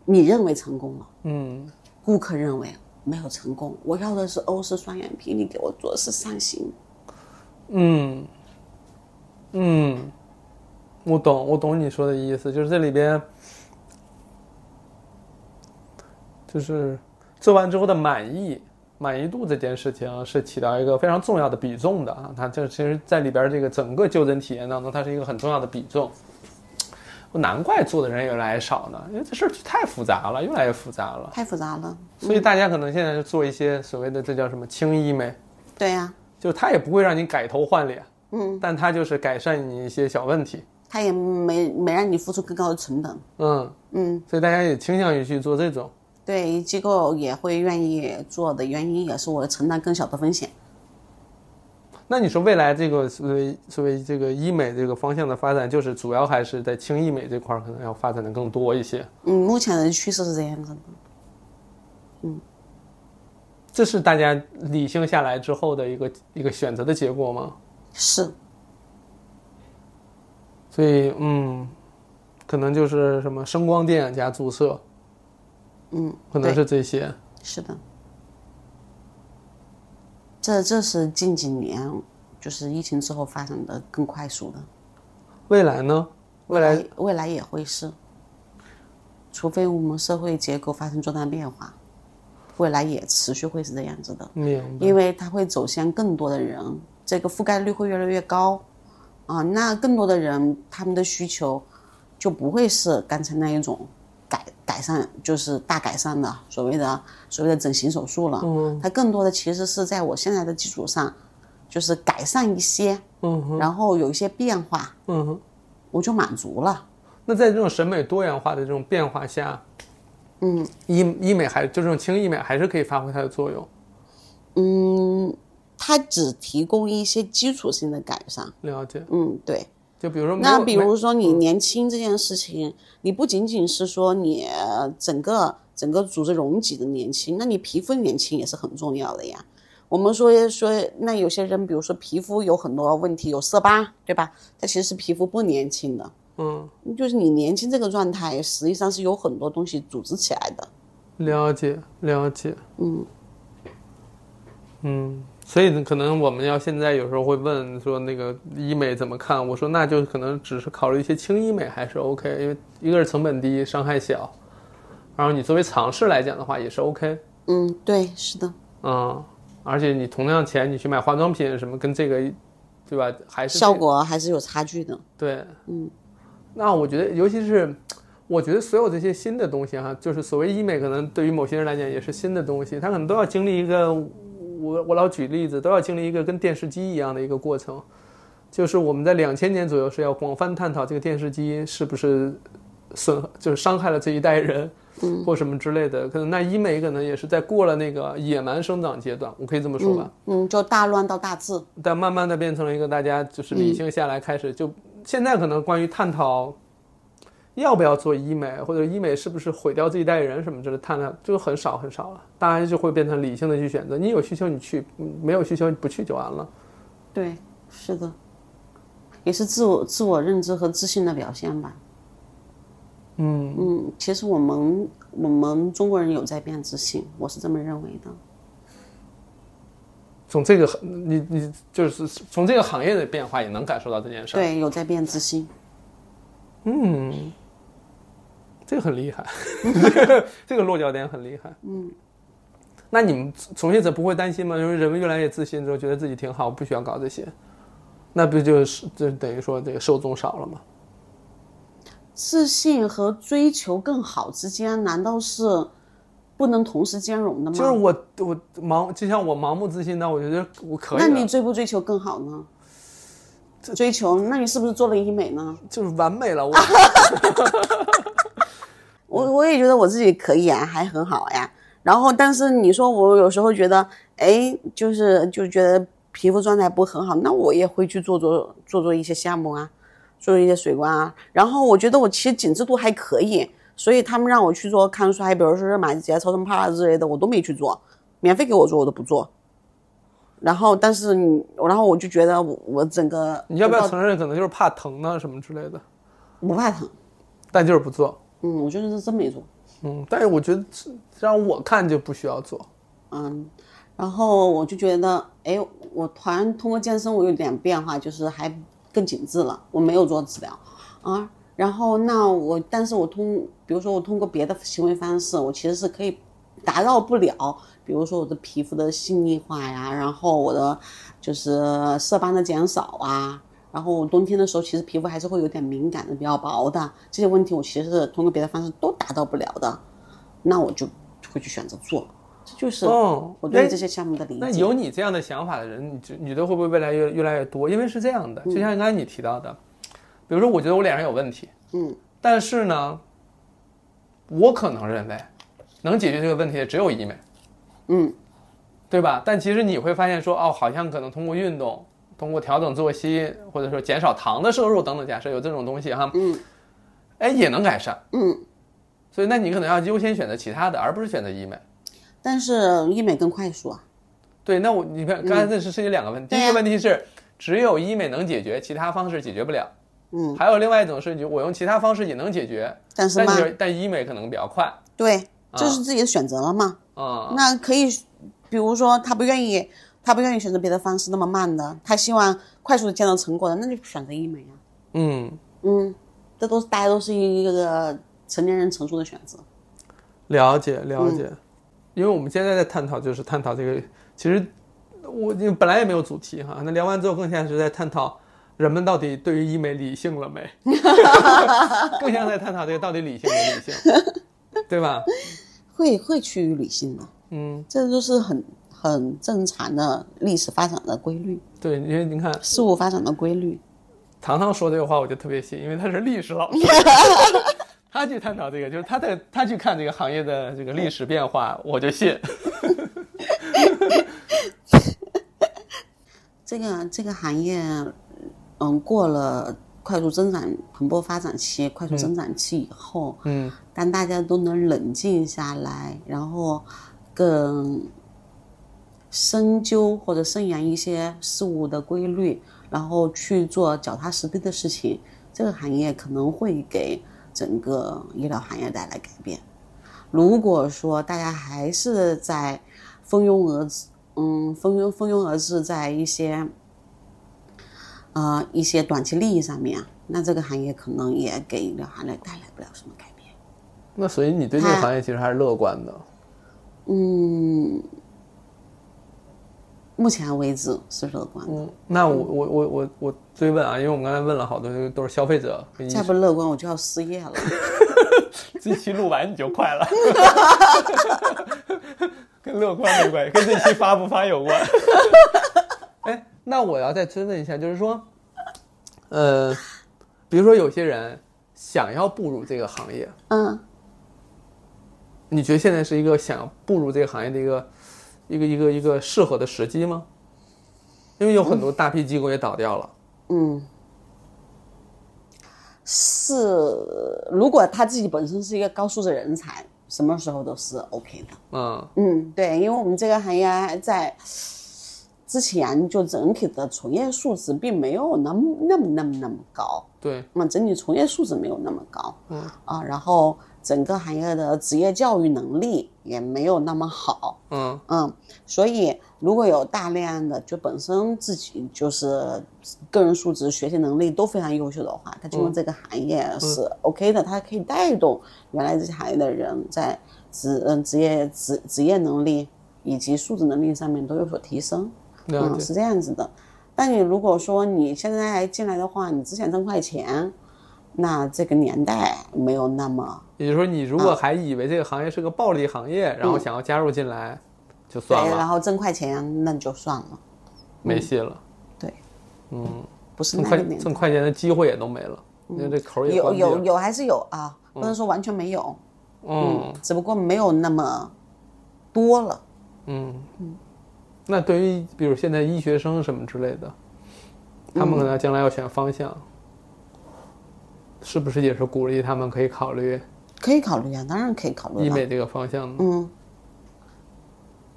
你认为成功了？
嗯，
顾客认为没有成功，我要的是欧式双眼皮，你给我做的是上形。
嗯，嗯，我懂，我懂你说的意思，就是这里边，就是做完之后的满意、满意度这件事情是起到一个非常重要的比重的啊。它这其实在里边这个整个就诊体验当中，它是一个很重要的比重。难怪做的人越来越少呢，因为这事儿太复杂了，越来越复杂了。
太复杂了。
所以大家可能现在就做一些所谓的这叫什么轻医美，
对呀、啊
就是它也不会让你改头换脸，嗯，但它就是改善你一些小问题，
它也没没让你付出更高的成本。
嗯嗯，所以大家也倾向于去做这种。
对机构也会愿意做的原因，也是我承担更小的风险。
那你说未来这个所谓所谓这个医美这个方向的发展，就是主要还是在轻医美这块儿可能要发展的更多一些。
嗯，目前的趋势是这样子的。
这是大家理性下来之后的一个一个选择的结果吗？
是，
所以嗯，可能就是什么声光电氧加注射，
嗯，
可能是这些。
是的。这这是近几年，就是疫情之后发展的更快速的。
未来呢？未来
未来也会是，除非我们社会结构发生重大变化，未来也持续会是这样子的。
明白。
因为它会走向更多的人，这个覆盖率会越来越高，啊，那更多的人他们的需求就不会是刚才那一种改改善，就是大改善的所谓的所谓的整形手术了，
嗯
它更多的其实是在我现在的基础上，就是改善一些，
嗯哼
然后有一些变化，
嗯哼。
我就满足了。
那在这种审美多元化的这种变化下，嗯，医医美还就这种轻医美还是可以发挥它的作用。
它嗯只提供一些基础性的改善，
了解，
嗯，对。
就比如说没有嗯
那比
没
如说你年轻这件事情，你不仅仅是说你呃整个整个组织容积的年轻，那你皮肤年轻也是很重要的呀。我们说说，那有些人，比如说皮肤有很多问题，有色斑，对吧？他其实是皮肤不年轻的，
嗯，
就是你年轻这个状态，实际上是有很多东西组织起来的。
了解了解，嗯嗯，所以呢可能我们要现在有时候会问说那个医美怎么看？我说那就可能只是考虑一些轻医美还是 OK，因为一个是成本低，伤害小，然后你作为尝试来讲的话也是 OK，
嗯，对，是的，
嗯，而且你同样钱你去买化妆品什么跟这个，对吧？还是
效果还是有差距的。
对，嗯，那我觉得，尤其是我觉得所有这些新的东西哈、就是所谓医美，可能对于某些人来讲也是新的东西，他可能都要经历一个，我我老举例子，都要经历一个跟电视机一样的一个过程，就是我们在两千年左右是要广泛探讨这个电视机是不是损，就是伤害了这一代人。或什么之类的，可能那医美可能也是在过了那个野蛮生长阶段，我可以这么说吧。
嗯，就大乱到大治。
但慢慢的变成了一个大家就是理性下来开始就现在可能关于探讨要不要做医美或者医美是不是毁掉这一代人什么之类的探讨就很少很少了，大家就会变成理性的去选择，你有需求你去，嗯没有需求你不去就完了。
对，是的，也是自我自我认知和自信的表现吧。嗯嗯，其实我们我们中国人有在变自信，我是这么认为的。
从这个行你你就是从这个行业的变化也能感受到这件事儿，
对，有在变自信。
这个很厉
(laughs)
害，这个落脚点很厉害。嗯，那你们从业者不会担心吗？因为人们越来越自信之后，觉得自己挺好，不需要搞这些，那不就是就等于说这个受众少了吗？
自信和追求更好之间，难道是不能同时兼容的吗？
就是我我盲，就像我盲目自信，那我觉得我可以
那
了，
你追不追求更好呢？追求，那你是不是做了医美呢？
就是完美了。我
啊
嗯
我我也觉得我自己可以啊，还很好呀。然后，但是你说我有时候觉得，哎，就是就觉得皮肤状态不很好，那我也会去做做做做一些项目啊，做一些水光啊。然后我觉得我其实紧致度还可以，所以他们让我去做抗衰，比如说是马甲、超声炮啊之类的，我都没去做，免费给我做我都不做。然后，但是你，然后我就觉得我我整个
你要不要
得到
承认，可能就是怕疼呢什么之类的，
不怕疼？
但就是不做。
嗯，我就是真没做。
嗯，但是我觉得让我看就不需要做。
嗯，然后我就觉得，哎，我突然通过健身，我有点变化，就是还更紧致了。我没有做治疗啊，然后那我，但是我通，比如说我通过别的行为方式，我其实是可以达到不了，比如说我的皮肤的细腻化呀，然后我的就是色斑的减少啊。然后我冬天的时候，其实皮肤还是会有点敏感的，比较薄的这些问题，我其实是通过别的方式都达到不了的，那我就会去选择做，这就是
哦，
我对
那
这些项目的理
那
解。
有你这样
嗯
的想法的人，你就你觉得会不会未来越越来越多？因为是这样的，就像刚才你提到的，比如说，我觉得我脸上有问题，
嗯，
但是呢，我可能认为能解决这个问题的只有医美，
嗯，
对吧？但其实你会发现说，哦，好像可能通过运动，通过调整作息，或者说减少糖的摄入等等，假设有这种东西哈，
嗯，
哎，也能改善，
嗯。
所以，那你可能要优先选择其他的，而不是选择医美。
但是医美更快速啊，
对，那我你看，刚才这是涉及两个问题。
嗯对
第一
呀
个问题是，只有医美能解决，其他方式解决不了。
嗯，
还有另外一种是，你我用其他方式也能解决，
但是
但
嘛，
是但医美可能比较快。
对，
啊
这是自己的选择了嘛。
嗯，
那可以，比如说他不愿意，他不愿意选择别的方式那么慢的，他希望快速的见到成果的，那就选择医美啊。
嗯，
嗯，这都是大家都是一个成年人成熟的选择。
了解
嗯
了解。因为我们现在在探讨，就是探讨这个，其实我因为本来也没有主题哈。那聊完之后，更像是在探讨人们到底对于医美理性了
(laughs)
没，更像在探讨这个到底理性没理性，对吧？
会会趋于理性的，
嗯，
这就是很很正常的历史发展的规律，
对，因为你看，
事物发展的规律。
糖糖说这个话，我就特别信，因为他是历史 (laughs) 老师，他去探讨这个，就是他在他去看这个行业的这个历史变化，我就信。
这个这个行业，嗯，过了快速增长、蓬勃发展期、快速增长期以后，
嗯
当大家都能冷静下来，然后更深究或者深研一些事物的规律，然后去做脚踏实地的事情，这个行业可能会给整个医疗行业带来改变。如果说大家还是在蜂拥而至，嗯，蜂拥蜂拥而至在一些呃一些短期利益上面，那这个行业可能也给医疗行业带来不了什么改变。
那所以你对这个行业其实还是乐观的。
嗯，目前为止是乐观的。
嗯，那我我我我我追问啊，因为我们刚才问了好多，这个都是消费者嗯跟医
再
生，
不乐观，我就要失业了。
这期录完你就快了， (laughs) 跟乐观没关系，跟这期发不发有关。哎，那我要再追问一下，就是 (laughs) 说，呃，比如说有些人想要步入这个行业，
嗯，
你觉得现在是一个想步入这个行业的一个一个一个一个适合的时机吗？因为有很多大批机构也倒掉了，
嗯是，如果他自己本身是一个高素质人才，什么时候都是 OK 的。
嗯
嗯，对，因为我们这个行业还在之前就整体的从业素质并没有那么那么那么那么高。
对，
那整体从业素质没有那么高，
嗯
啊，然后整个行业的职业教育能力也没有那么好，
嗯
嗯，所以如果有大量的就本身自己就是个人素质、学习能力都非常优秀的话，他进入这个行业是 OK 的，他可以带动原来这些行业的人在职嗯职业职职业能力以及素质能力上面都有所提升，
了
嗯，
解，
是这样子的。但你如果说你现在进来的话，你只想挣快钱，那这个年代没有那么
也就是说，你如
嗯
果还以为这个行业是个暴利行业，然后想要加入进来，就
对，
算了，
哎然后挣快钱那就算了，
没戏了，
对，
嗯，
不是
挣
那
快
个年代。
挣快钱的机会也都没了，因为这口儿也
嗯有
关闭
有
了，
有还是有啊，不能说完全没有，
嗯
只不过没有那么多了。
嗯那对于比如现在医学生什么之类的，他们可
嗯
能将来要选方向，是不是也是鼓励他们可以考虑
可以考虑啊，当然可以考虑
医
了。
美这个方向呢？
嗯，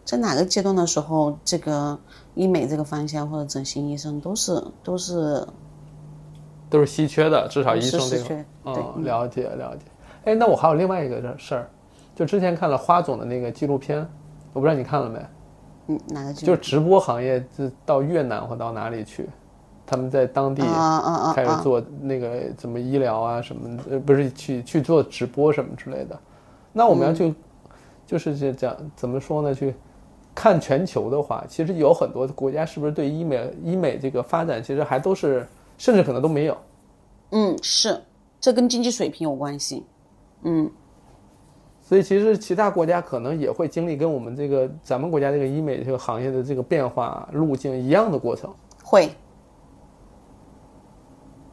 在哪个阶段的时候，这个医美这个方向或者整形医生都是都是
都是稀缺的，至少
都
医
哦是
生这
稀
个
缺。对，
嗯，了解了解。哎，那我还有另外一个事儿，就之前看了花总的那个纪录片，我不知道你看了没？
嗯，哪个阶
就是直播行业，就到越南或到哪里去，他们在当地
段？啊啊啊
开始
啊！
做那个怎么医疗啊什么的，呃，不是去去做直播什么之类的。那我们
嗯
要去，就是这讲怎么说呢？去看全球的话，其实有很多国家是不是对医美医美这个发展，其实还都是，甚至可能都没有。
嗯，是，这跟经济水平有关系。
所以其实其他国家可能也会经历跟我们这个咱们国家这个医美这个行业的这个变化路径一样的过程。
会，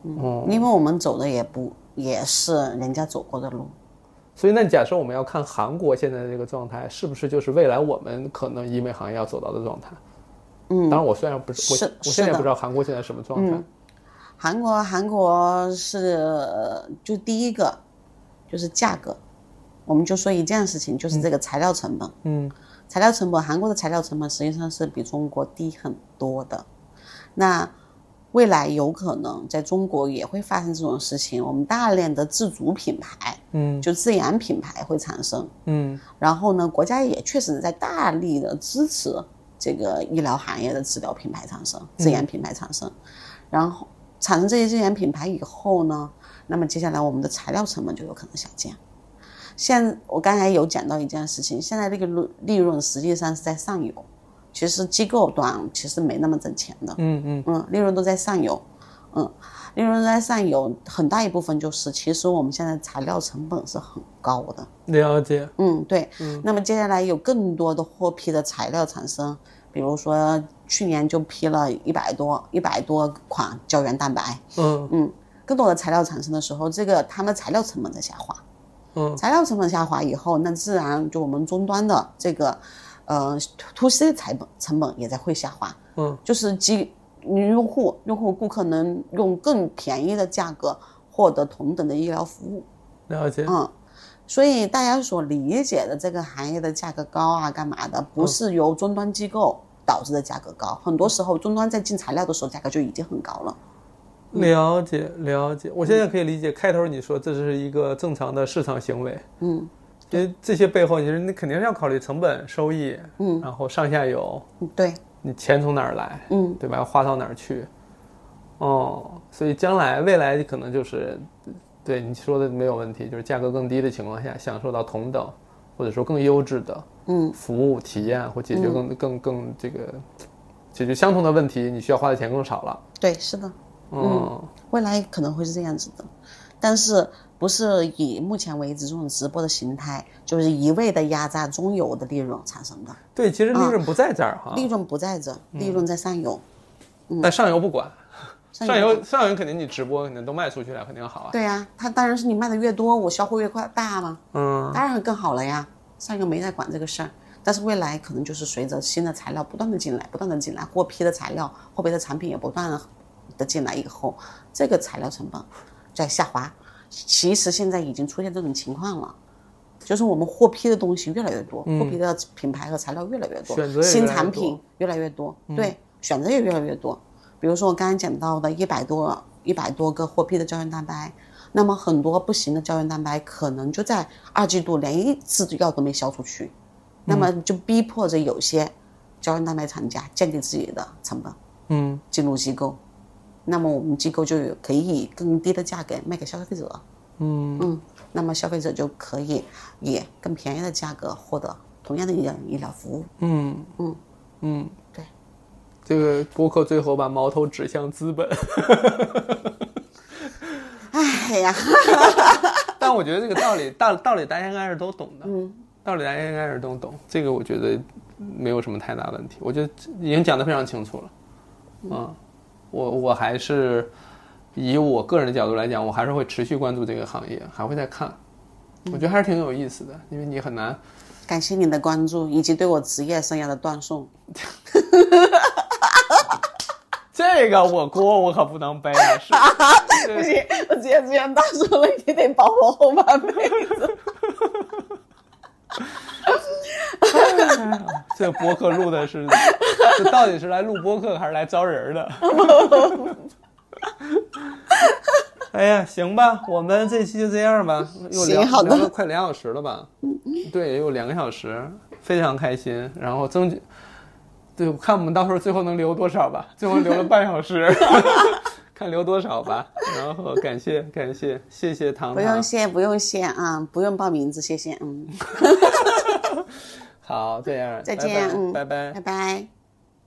嗯因为我们走的也不也是人家走过的路，
所以那假设我们要看韩国现在的这个状态，是不是就是未来我们可能医美行业要走到的状态？嗯，当然我虽然不是，
是
我我现在也
是的
不知道韩国现在什么状态。
韩国韩国是呃就第一个就是价格，我们就说一件事情，就是这个材料成本。
嗯，
材料成本，韩国的材料成本实际上是比中国低很多的。那未来有可能在中国也会发生这种事情，我们大量的自主品牌，
嗯
就自研品牌会产生。
嗯
然后呢，国家也确实在大力的支持这个医疗行业的治疗品牌产生、自研品牌产生。然后产生这些自研品牌以后呢，那么接下来我们的材料成本就有可能下降。现我刚才有讲到一件事情，现在这个利利润实际上是在上游，其实机构端其实没那么挣钱的。
嗯嗯
嗯，利润都在上游，嗯，利润都在上游，很大一部分就是其实我们现在材料成本是很高的。
了解。
嗯，对。那么接下来有更多的获批的材料产生，比如说去年就批了一百多一百多款胶原蛋白，
嗯
嗯，更多的材料产生的时候，这个他们材料成本在下滑，
嗯
材料成本下滑以后，那自然就我们终端的这个，呃，to C 成本成本也在会下滑，
嗯，
就是基于用户用户顾客能用更便宜的价格获得同等的医疗服务，
了解。
嗯，所以大家所理解的这个行业的价格高啊，干嘛的，
嗯
不是由终端机构导致的价格高，很多时候终端在进材料的时候价格就已经很高了。
了解了解，我现在可以理解开头你说这是一个正常的市场行为，
嗯，
因为这些背后你是你肯定是要考虑成本、收益，嗯，然后上下游，
嗯对，
你钱从哪儿来，
嗯，
对吧？花到哪儿去？哦，所以将来未来可能就是，对你说的没有问题，就是价格更低的情况下，享受到同等或者说更优质的
嗯
服务体验，或解决更、更更这个解决相同的问题，你需要花的钱更少了。
对，是的，
嗯
未来可能会是这样子的，但是不是以目前为止这种直播的形态，就是一味的压榨中游的利润产生的，
对，其实利润不在这儿哈，
利润不在这，
嗯
利润在上游，
但上游不管，
游
上游上游肯定你直播肯定都卖出去了，肯定好啊。
对呀、它当然是你卖的越多，我销货越快大嘛。
嗯，
当然更好了呀。上一个没在管这个事儿，但是未来可能就是随着新的材料不断的进来，不断的进来，获批的材料，后边的产品也不断的进来以后，这个材料成本在下滑。其实现在已经出现这种情况了。就是我们获批的东西越来越多，获批的品牌和材料越来越
嗯
多，
选择也
新
越来越
产品
多嗯
越来越多，对，选择也越来越多。比如说我刚才讲到的一百多一百多个获批的胶原蛋白，那么很多不行的胶原蛋白可能就在二季度连一次药都没销出去，那么
嗯
就逼迫着有些胶原蛋白厂家降低自己的成本，
嗯，
进入机构，那么我们机构就有可以以更低的价格卖给消费者，嗯那么消费者就可以以更便宜的价格获得同样的医疗医疗服务，
嗯
嗯
嗯，
对。
这个播客最后把矛头指向资本，
哎呀，
但我觉得这个道理道道理大家应该是都懂的，嗯，道理大家应该是都懂，这个我觉得没有什么太大问题，我觉得已经讲得非常清楚了，嗯，我我还是以我个人的角度来讲，我还是会持续关注这个行业，还会再看，我觉得还是挺有意思的，因为你很难。
感谢你的关注以及对我职业生涯的断送，
这个我锅我可不能背啊！是，
不行，我职业生涯断送了，你得保我后半辈子。
这播客录的是，这到底是来录播客还是来招人的？哎呀，行吧，我们这期就这样吧，又聊
行好的
聊了快两小时了吧？对，有两个小时，非常开心。然后争取，对，我看我们到时候最后能留多少吧？最后留了半小
(laughs)
时，看留多少吧。然后感谢感谢谢谢糖
不用
糖，
谢，不用谢啊，不用报名字，谢谢，嗯，
好，这样，
再
拜拜
见，嗯，
拜拜
拜。拜。